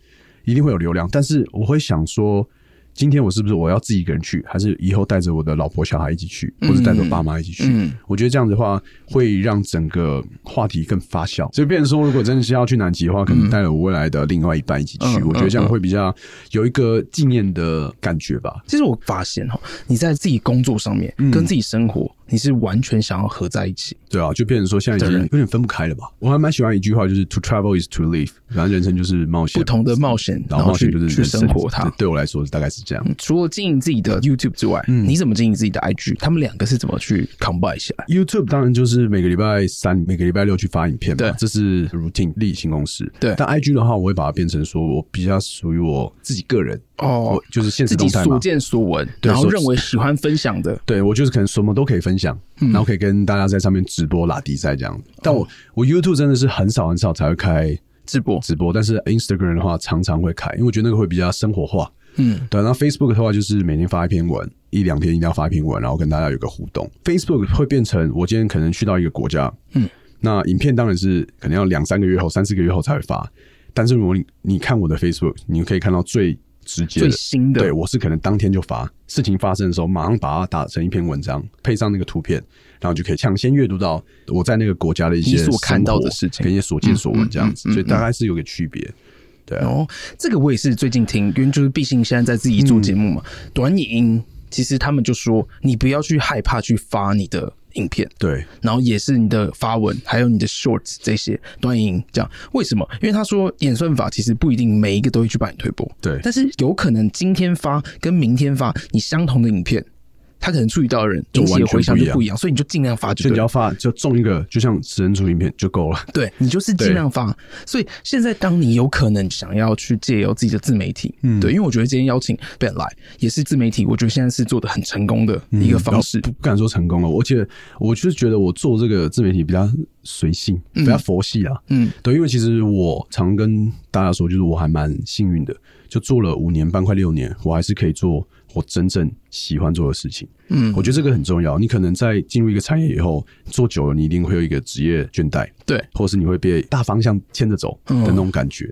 Speaker 4: 一定会有流量，但是我会想说。今天我是不是我要自己一个人去，还是以后带着我的老婆小孩一起去，或者带着我爸妈一起去？
Speaker 3: 嗯
Speaker 4: 我觉得这样子的话，会让整个话题更发酵。所以，变成说，如果真的是要去南极的话，可能带了我未来的另外一半一起去，
Speaker 3: 嗯
Speaker 4: 我觉得这样会比较有一个纪念的感觉吧。
Speaker 3: 其实我发现哈，你在自己工作上
Speaker 4: 嗯
Speaker 3: 面跟自己生活，你是完全想要合在一起。
Speaker 4: 对啊，就变成说现在已经有点分不开了吧。我还蛮喜欢一句话，就是 “to travel is to live”，反正人生就是冒险，
Speaker 3: 不同的冒险
Speaker 4: 然后
Speaker 3: 然后
Speaker 4: 冒险
Speaker 3: 去
Speaker 4: 就是
Speaker 3: 去
Speaker 4: 人生
Speaker 3: 生活它
Speaker 4: 对对我来说，大概是这样。
Speaker 3: 嗯除了经营自己的 YouTube 之外，
Speaker 4: 嗯
Speaker 3: 你怎么经营自己的 IG？他们两个是怎么去 combine 起来？
Speaker 4: YouTube 当然就是每个礼拜三、每个礼拜六去发影片嘛，
Speaker 3: 对
Speaker 4: 这是 routine 例行公事。
Speaker 3: 对
Speaker 4: 但 IG 的话，我会把它变成说我比较属于我自己个人
Speaker 3: 哦
Speaker 4: 我就是现实
Speaker 3: 自
Speaker 4: 动
Speaker 3: 己
Speaker 4: 态
Speaker 3: 所
Speaker 4: 嘛。
Speaker 3: 见所闻，
Speaker 4: 对
Speaker 3: 然后
Speaker 4: 所
Speaker 3: 认为喜欢分享的，
Speaker 4: 对我就是可能什么都可以分享，
Speaker 3: 嗯
Speaker 4: 然后可以跟大家在上面直播拉迪赛这样。但
Speaker 3: 哦
Speaker 4: 我我 YouTube 真的是很少很少才会开
Speaker 3: 直播
Speaker 4: 直播，但是 Instagram 的话常常会开，因为我觉得那个会比较生活化。
Speaker 3: 嗯，
Speaker 4: 对。然后 Facebook 的话就是每天发一篇文，一两天一定要发一篇文，然后跟大家有个互动。Facebook 会变成我今天可能去到一个国家，嗯，那影片当然是可能要两三个月后、三四个月后才会发，但是如果你你看我的 Facebook，你可以看到最。直接的
Speaker 3: 最新的
Speaker 4: 对我是可能当天就发，事情发生的时候马上把它打成一篇文章，配上那个图片，然后就可以抢先阅读到我在那个国家的一些
Speaker 3: 你所看到的
Speaker 4: 生活
Speaker 3: 事情
Speaker 4: 跟一些所见所闻这样
Speaker 3: 嗯
Speaker 4: 子，
Speaker 3: 嗯嗯嗯
Speaker 4: 所以大概是有个区别。对啊，
Speaker 3: 哦，这个我也是最近听，因为就是毕竟现在在自己做节目嘛，
Speaker 4: 嗯
Speaker 3: 短影音其实他们就说你不要去害怕去发你的影片，
Speaker 4: 对，
Speaker 3: 然后也是你的发文，还有你的 shorts 这些短影音这样。为什么？因为他说演算法其实不一定每一个都会去帮你推播，
Speaker 4: 对
Speaker 3: 但是有可能今天发跟明天发你相同的影片，他可能注意到的人
Speaker 4: 就
Speaker 3: 引起
Speaker 4: 完
Speaker 3: 的
Speaker 4: 全
Speaker 3: 回响
Speaker 4: 不一
Speaker 3: 就
Speaker 4: 样
Speaker 3: 不一样，所以你就尽量发就
Speaker 4: 所以
Speaker 3: 对
Speaker 4: 你
Speaker 3: 了
Speaker 4: 要。发就中一个，就像十人组影片就够了。
Speaker 3: 对你就是尽量发。所以现在，当你有可能想要去借由自己的自媒体，嗯，对，因为我觉得今天邀请 Ben 来也是自媒体，我觉得现在是做的很成功的一个方式。
Speaker 4: 不不敢说成功了，而且我就是觉得我做这个自媒体比较随性，比较佛系啊。
Speaker 3: 嗯，
Speaker 4: 对，因为其实我常跟大家说，就是我还蛮幸运的，就做了五年半快六年，我还是可以做我真正喜欢做的事情。嗯，我觉得这个很重要。你可能在进入一个产业以后，做久了，你一定会有一个职业倦怠，
Speaker 3: 对，
Speaker 4: 或是你会被大方向牵着走
Speaker 3: 嗯
Speaker 4: 的那种感觉。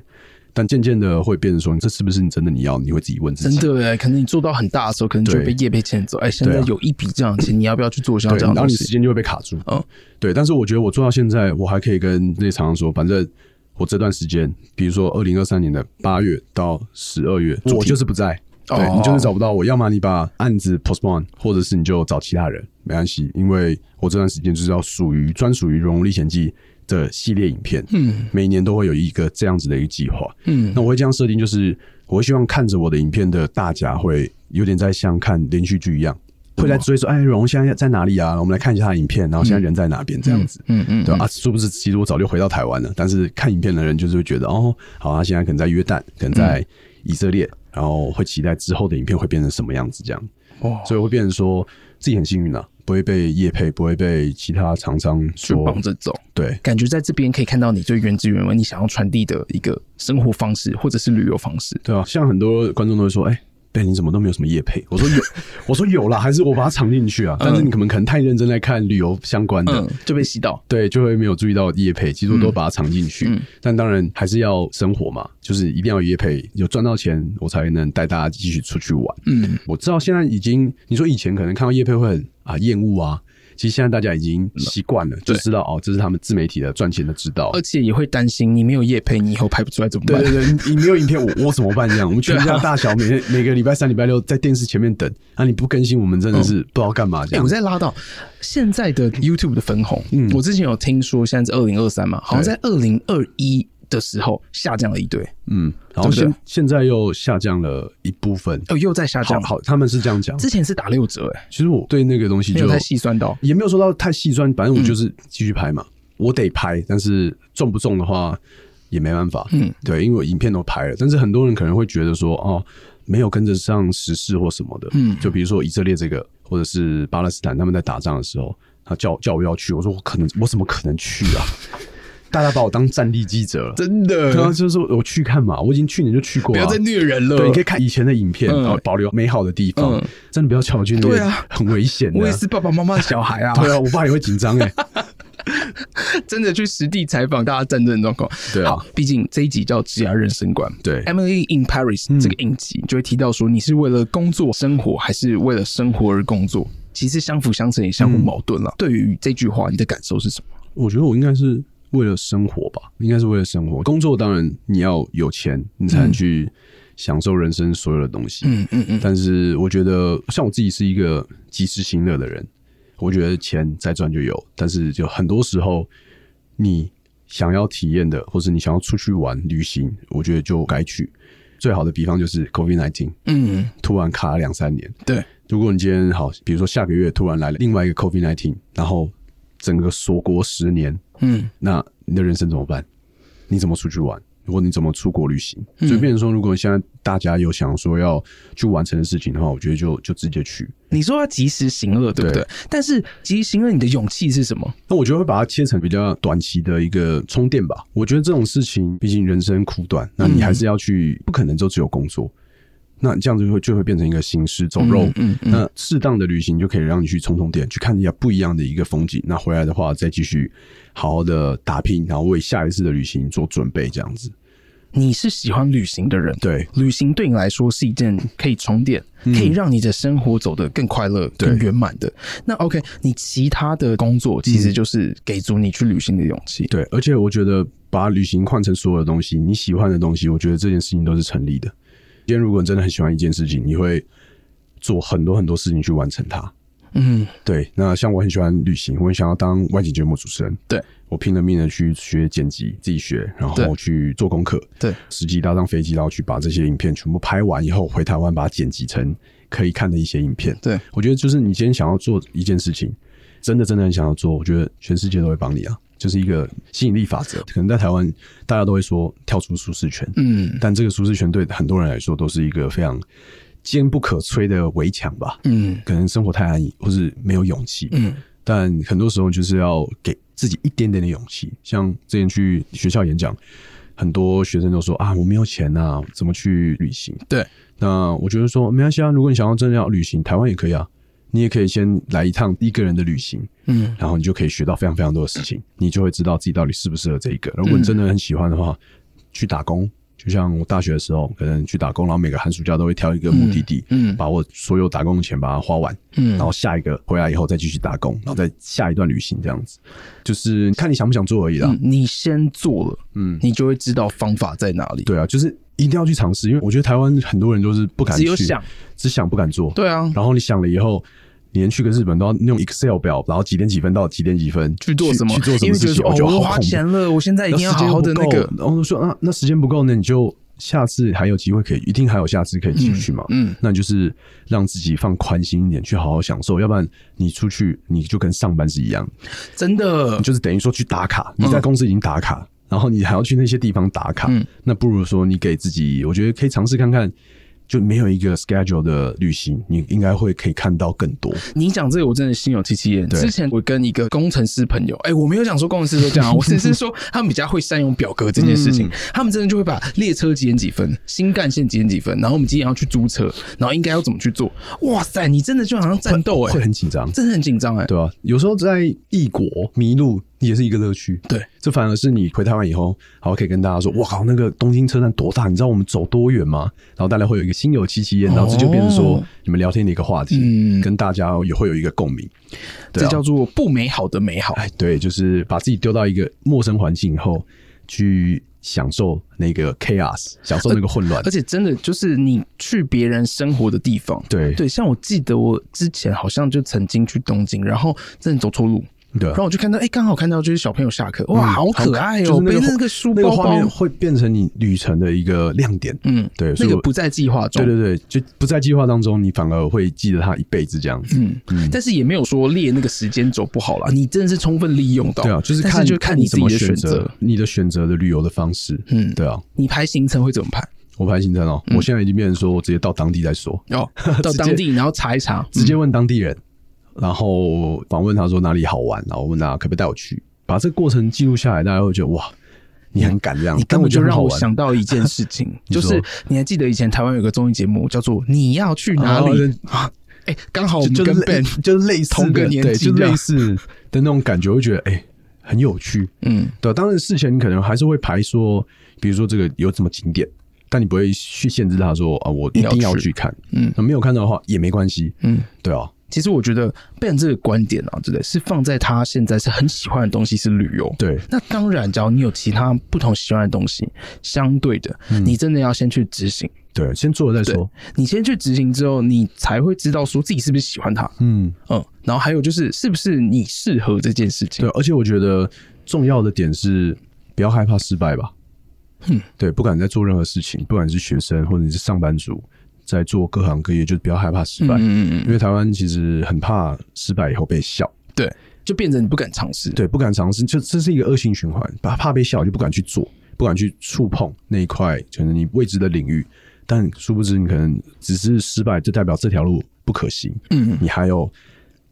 Speaker 4: 但渐渐的会变成说，这是不是你真的你要？你会自己问自
Speaker 3: 真
Speaker 4: 己。
Speaker 3: 的哎，可能你做到很大的时候，可能就
Speaker 4: 对
Speaker 3: 会被业被牵走。哎，现在
Speaker 4: 对啊
Speaker 3: 有一笔这样的钱，你要不要去做像
Speaker 4: 对，
Speaker 3: 这样
Speaker 4: 然
Speaker 3: 的
Speaker 4: 后
Speaker 3: 东
Speaker 4: 你时
Speaker 3: 西？
Speaker 4: 间就会被卡住。
Speaker 3: 嗯
Speaker 4: 对。但是我觉得我做到现在，我还可以跟那些厂商说，反正我这段时间，比如说二零二三年的八月到十二月，我就是不在。对、
Speaker 3: 哦
Speaker 4: 你就是找不到我，要么你把案子 postpone，或者是你就找其他人，没关系，因为我这段时间就是要属于专属于《荣辱历险记》的系列影片，嗯，每年都会有一个这样子的一个计划，嗯，那我会这样设定，就是我会希望看着我的影片的大家会有点在像看连续剧一样，会来追说，哎，荣现在在哪里啊？我们来看一下他的影片，然后现在人在哪边这样子，
Speaker 3: 嗯嗯，
Speaker 4: 对啊，殊不知其实我早就回到台湾了，但是看影片的人就是会觉得，哦，好，他现在可能在约旦，可能
Speaker 3: 嗯
Speaker 4: 在以色列，然后会期待之后的影片会变成什么样子这样。
Speaker 3: 哇，
Speaker 4: 所以会变成说自己很幸运啊，不会被业配，不会被其他厂商
Speaker 3: 就
Speaker 4: 说
Speaker 3: 绑着走。
Speaker 4: 对。
Speaker 3: 感觉在这边可以看到你最原汁原味，你想要传递的一个生活方式或者是旅游方式。
Speaker 4: 对啊，像很多观众都会说，哎、贝你怎么都没有什么业配？我 说有，我说有啦，还是我把它藏进去啊。但是你可能可能太认真在看旅游相关的，
Speaker 3: 嗯，就被吸到。
Speaker 4: 对，就会没有注意到业配，其实我都把它藏进去。
Speaker 3: 嗯
Speaker 4: 但当然还是要生活嘛，就是一定要有业配，有赚到钱，我才能带大家继续出去玩。嗯，我知道现在已经，你说以前可能看到业配会很啊厌恶啊，其实现在大家已经习惯了，
Speaker 3: 嗯
Speaker 4: 就
Speaker 3: 对
Speaker 4: 知道哦，这是他们自媒体的赚钱的之道
Speaker 3: 而。且也会担心你没有业配，你以后拍不出来怎么
Speaker 4: 对
Speaker 3: 办？
Speaker 4: 对对，你你没有影片，我 我怎么办？这样，我们全家大小 每天每个礼拜三、礼拜六在电视前面等，啊，你不更新，我们真的是不知道干嘛这
Speaker 3: 哎、
Speaker 4: 样
Speaker 3: 我。再拉到现嗯在的 YouTube 的分红，我之前有听说现在是二零二三嘛，好像在二零二一的时候下降了一堆，
Speaker 4: 嗯，然后
Speaker 3: 对不对
Speaker 4: 现现在又下降了一部分，
Speaker 3: 哦，又在下
Speaker 4: 好
Speaker 3: 降。
Speaker 4: 好，他们是这样讲。
Speaker 3: 之前是打六折、欸，
Speaker 4: 其实我对那个东西
Speaker 3: 没
Speaker 4: 就
Speaker 3: 有太细算到。
Speaker 4: 也没有说到太细算，反
Speaker 3: 嗯
Speaker 4: 正我就是继续拍嘛，我得拍，但是中不中的话也没办法，
Speaker 3: 嗯，
Speaker 4: 对，因为我影片都拍了，但是很多人可能会觉得说，哦，没有跟着上时事或什么的，
Speaker 3: 嗯
Speaker 4: 就比如说以色列这个，或者是巴勒斯坦他们在打仗的时候，他叫叫我要去，我说我可能我怎么可能去啊？ 大家把我当战地记者了，
Speaker 3: 真
Speaker 4: 然后，就是说我去看嘛，我已经去年就去过、啊，
Speaker 3: 虐人了
Speaker 4: 对，你可以看以前的影片，
Speaker 3: 嗯
Speaker 4: 然后保留美好的地方
Speaker 3: 嗯，
Speaker 4: 真的不要叫我去那
Speaker 3: 对
Speaker 4: 个
Speaker 3: 啊，
Speaker 4: 很危险的。
Speaker 3: 我也是爸爸妈妈的小孩啊，
Speaker 4: 对啊，我爸也会紧张 哎。
Speaker 3: 真的去实地采访大家战争的状况。
Speaker 4: 对啊
Speaker 3: 好，毕竟这一集叫《职涯人生观》。
Speaker 4: 对
Speaker 3: ，Emily in Paris、这个影集就会提到说，你是为了工作生活，还是为了生活而工作？其实相辅相成，也相互矛盾了。对于这句话，你的感受是什么？
Speaker 4: 我觉得我应该是为了生活吧，应该是为了生活。工作当然你要有钱，你才能去享受人生所有的东西。
Speaker 3: 嗯嗯嗯，
Speaker 4: 但是我觉得，像我自己是一个及时行乐的人，我觉得钱再赚就有，但是就很多时候你想要体验的，或是你想要出去玩旅行，我觉得就该去。最好的比方就是 COVID nineteen，
Speaker 3: 嗯，
Speaker 4: 突然卡了两三年。
Speaker 3: 对，
Speaker 4: 如果你今天好，比如说下个月突然来了另外一个 COVID nineteen，然后整个锁国十年，
Speaker 3: 嗯，
Speaker 4: 那你的人生怎么办？你怎么出去玩？如果你怎么出国旅行？所以，变成说，如果现在大家有想说要去完成的事情的话，我觉得就就直接去。
Speaker 3: 你说要及时行乐，对不对？
Speaker 4: 对
Speaker 3: 但是及时行乐，你的勇气是什么？
Speaker 4: 那我觉得会把它切成比较短期的一个充电吧。我觉得这种事情，毕竟人生苦短，那你还是要去，不可能就只有工作。那这样子就会就会变成一个行尸走肉。
Speaker 3: 嗯
Speaker 4: 那适当的旅行就可以让你去充充电，去看一下不一样的一个风景。那回来的话，再继续好好的打拼，然后为下一次的旅行做准备，这样子。
Speaker 3: 你是喜欢旅行的人，
Speaker 4: 对，嗯
Speaker 3: 旅行对你来说是一件可以充电，可以让你的生活走得更快乐、更圆满的。那 OK，你其他的工作其实就是给足你去旅行的勇气。
Speaker 4: 对，而且我觉得把旅行换成所有的东西，你喜欢的东西，我觉得这件事情都是成立的。今天如果你真的很喜欢一件事情，你会做很多很多事情去完成它。
Speaker 3: 嗯，
Speaker 4: 对，那像我很喜欢旅行，我很想要当外景节目主持人。
Speaker 3: 对，
Speaker 4: 我拼了命的去学剪辑，自己学，然
Speaker 3: 对
Speaker 4: 后去做功课，
Speaker 3: 对，
Speaker 4: 实际搭上飞机，然后去把这些影片全部拍完以后，回台湾把它剪辑成可以看的一些影片。
Speaker 3: 对
Speaker 4: 我觉得就是你今天想要做一件事情，真的真的很想要做，我觉得全世界都会帮你啊，就是一个吸引力法则。可能在台湾大家都会说跳出舒适圈，
Speaker 3: 嗯
Speaker 4: 但这个舒适圈对很多人来说都是一个非常坚不可摧的围墙吧。
Speaker 3: 嗯
Speaker 4: 可能生活太安逸，或是没有勇气。
Speaker 3: 嗯，
Speaker 4: 但很多时候就是要给自己一点点的勇气。像之前去学校演讲，很多学生都说啊，我没有钱呐、怎么去旅行？
Speaker 3: 对，
Speaker 4: 那我觉得说没关系啊，如果你想要真的要旅行，台湾也可以啊，你也可以先来一趟一个人的旅行，
Speaker 3: 嗯，
Speaker 4: 然后你就可以学到非常非常多的事情，你就会知道自己到底适不适合这一
Speaker 3: 嗯
Speaker 4: 个。如果你真的很喜欢的话，去打工。就像我大学的时候，可能去打工，然后每个寒暑假都会挑一个目的地，
Speaker 3: 嗯嗯
Speaker 4: 把我所有打工的钱把它花完，
Speaker 3: 嗯
Speaker 4: 然后下一个回来以后再继续打工，然后再下一段旅行这样子，就是看你想不想做而已啦。
Speaker 3: 嗯你先做了，
Speaker 4: 嗯
Speaker 3: 你就会知道方法在哪里。
Speaker 4: 对啊，就是一定要去尝试，因为我觉得台湾很多人都是不敢去，
Speaker 3: 只有想，
Speaker 4: 只想不敢做。
Speaker 3: 对啊，
Speaker 4: 然后你想了以后，你连去个日本都要用 Excel 表，然后几点几分到几点几分
Speaker 3: 去做什么？
Speaker 4: 去做什
Speaker 3: 因
Speaker 4: 么
Speaker 3: 为觉
Speaker 4: 事
Speaker 3: 得
Speaker 4: 情，
Speaker 3: 说
Speaker 4: 我觉得
Speaker 3: 哦，
Speaker 4: 好
Speaker 3: 我
Speaker 4: 恐
Speaker 3: 花
Speaker 4: 怖
Speaker 3: 钱了，我现在一
Speaker 4: 然后
Speaker 3: 定要
Speaker 4: 时
Speaker 3: 好
Speaker 4: 间
Speaker 3: 好的
Speaker 4: 不
Speaker 3: 那
Speaker 4: 够
Speaker 3: 个，
Speaker 4: 然后就说啊，那时间不够，那你就下次还有机会可以，一定还有下次可以继续去嘛。
Speaker 3: 嗯嗯
Speaker 4: 那你就是让自己放宽心一点，去好好享受，要不然你出去你就跟上班是一样，
Speaker 3: 真的
Speaker 4: 就是等于说去打卡，你在公司已经打卡，然后你还要去那些地方打卡，
Speaker 3: 嗯
Speaker 4: 那不如说你给自己，我觉得可以尝试看看。就没有一个 schedule 的旅行，你应该会可以看到更多。
Speaker 3: 你讲这个我真的心有戚戚焉。
Speaker 4: 对
Speaker 3: 之前我跟一个工程师朋友，哎、我没有讲说工程师都这样 啊，我只是说他们比较会善用表格这件事情。
Speaker 4: 嗯
Speaker 3: 他们真的就会把列车几点几分，新干线几点几分，然后我们几点要去租车，然后应该要怎么去做。哇塞，你真的就好像战斗哎、
Speaker 4: 会很紧张，
Speaker 3: 真的很紧张哎。
Speaker 4: 对啊，有时候在异国迷路也是一个乐趣。
Speaker 3: 对，
Speaker 4: 这反而是你回台湾以后，好可以跟大家说，哇靠，那个东京车站多大？你知道我们走多远吗？然后大家会有一个心有戚戚焉，然后这就变成说
Speaker 3: 哦
Speaker 4: 你们聊天的一个话题，
Speaker 3: 嗯
Speaker 4: 跟大家也会有一个共鸣。对
Speaker 3: 这
Speaker 4: 啊
Speaker 3: 叫做不美好的美好。
Speaker 4: 哎，对，就是把自己丢到一个陌生环境以后，去享受那个 chaos，享受那个混乱
Speaker 3: 而。且真的就是你去别人生活的地方，
Speaker 4: 对
Speaker 3: 对，像我记得我之前好像就曾经去东京，然后真的走错路，
Speaker 4: 对啊
Speaker 3: 然后我就看到，哎、刚好看到就是小朋友下课，哇，
Speaker 4: 嗯
Speaker 3: 好可爱哦、
Speaker 4: 就是那
Speaker 3: 背
Speaker 4: 个
Speaker 3: 着那个书
Speaker 4: 那个
Speaker 3: 包
Speaker 4: 画面
Speaker 3: 包，
Speaker 4: 会变成你旅程的一个亮点。
Speaker 3: 嗯，
Speaker 4: 对，所
Speaker 3: 那
Speaker 4: 以
Speaker 3: 个
Speaker 4: 我
Speaker 3: 不在计划中，
Speaker 4: 对对对，就不在计划当中，你反而会记得它一辈子这样子。
Speaker 3: 嗯，但是也没有说列那个时间轴不好啦，你真的是充分利用到，
Speaker 4: 嗯对啊，就是
Speaker 3: 但
Speaker 4: 看
Speaker 3: 就看
Speaker 4: 看
Speaker 3: 你自
Speaker 4: 怎
Speaker 3: 己
Speaker 4: 么
Speaker 3: 的选
Speaker 4: 择
Speaker 3: 择，，
Speaker 4: 你的选择的旅游的方式。
Speaker 3: 嗯，
Speaker 4: 对啊，
Speaker 3: 你排行程会怎么排？
Speaker 4: 我排行程哦，我现在已经变成说，我直接到当地再说，
Speaker 3: 哦，到
Speaker 4: 直接
Speaker 3: 当地然后查一查， 嗯
Speaker 4: 直接问当地人，然后访问他说哪里好玩，然后问他可不可以带我去，把这个过程记录下来，大家会觉得哇，你很敢这样
Speaker 3: 你，
Speaker 4: 但
Speaker 3: 根本
Speaker 4: 觉
Speaker 3: 就
Speaker 4: 得很
Speaker 3: 让
Speaker 4: 好
Speaker 3: 我
Speaker 4: 玩。
Speaker 3: 想到一件事情，就
Speaker 4: 你说
Speaker 3: 是你还记得以前台湾有个综艺节目叫做《你要去哪里》啊？哎，刚好我们
Speaker 4: 哦就
Speaker 3: 跟
Speaker 4: 是
Speaker 3: Ben
Speaker 4: 类就是类似
Speaker 3: 同个
Speaker 4: 的
Speaker 3: 年
Speaker 4: 对
Speaker 3: 纪
Speaker 4: 就
Speaker 3: 这样
Speaker 4: 类似的那种感觉，会觉得哎、很有趣。
Speaker 3: 嗯，
Speaker 4: 对，啊当然事前你可能还是会排说，比如说这个有什么景点，但你不会去限制他说啊，我一定要去看。
Speaker 3: 嗯
Speaker 4: 那没有看到的话也没关系。
Speaker 3: 嗯，
Speaker 4: 对啊，
Speaker 3: 其实我觉得 Ben 这个观点啊，真的是放在他现在是很喜欢的东西是旅游。
Speaker 4: 对
Speaker 3: 那当然，假如你有其他不同喜欢的东西，相对的，你真的要先去执行。
Speaker 4: 对，先做了再说。
Speaker 3: 你先去执行之后，你才会知道说自己是不是喜欢它。
Speaker 4: 嗯，
Speaker 3: 嗯，然后还有就是是不是你适合这件事情
Speaker 4: 对，。而且我觉得重要的点是不要害怕失败吧。嗯，对，不管在做任何事情，不管是学生或者你是上班族，在做各行各业，就不要害怕失败。
Speaker 3: 嗯嗯嗯，
Speaker 4: 因为台湾其实很怕失败以后被笑，
Speaker 3: 对，就变成你不敢尝试。
Speaker 4: 对，不敢尝试，就这是一个恶性循环，怕怕被笑就不敢去做，不敢去触碰那一块可能你未知的领域，但殊不知你可能只是失败，就代表这条路不可行，嗯，你还有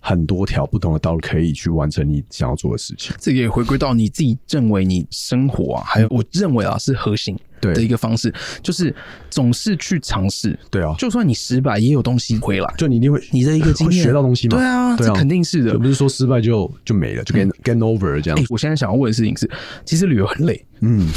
Speaker 4: 很多条不同的道路可以去完成你想要做的事情，
Speaker 3: 这个也回归到你自己认为你生活啊，还有我认为啊是核心
Speaker 4: 对
Speaker 3: 的一个方式，就是总是去尝试。
Speaker 4: 对啊
Speaker 3: 就算你失败，也有东西回来。
Speaker 4: 就你一定会
Speaker 3: 你的一个经
Speaker 4: 会
Speaker 3: 验
Speaker 4: 学到东西嘛，
Speaker 3: 对啊
Speaker 4: 对啊，
Speaker 3: 这肯定是的嗯
Speaker 4: 就不是说失败就就没了，就 get、get over 了这样
Speaker 3: 哎、，我现在想要问的事情是，其实旅游很累，
Speaker 4: 嗯，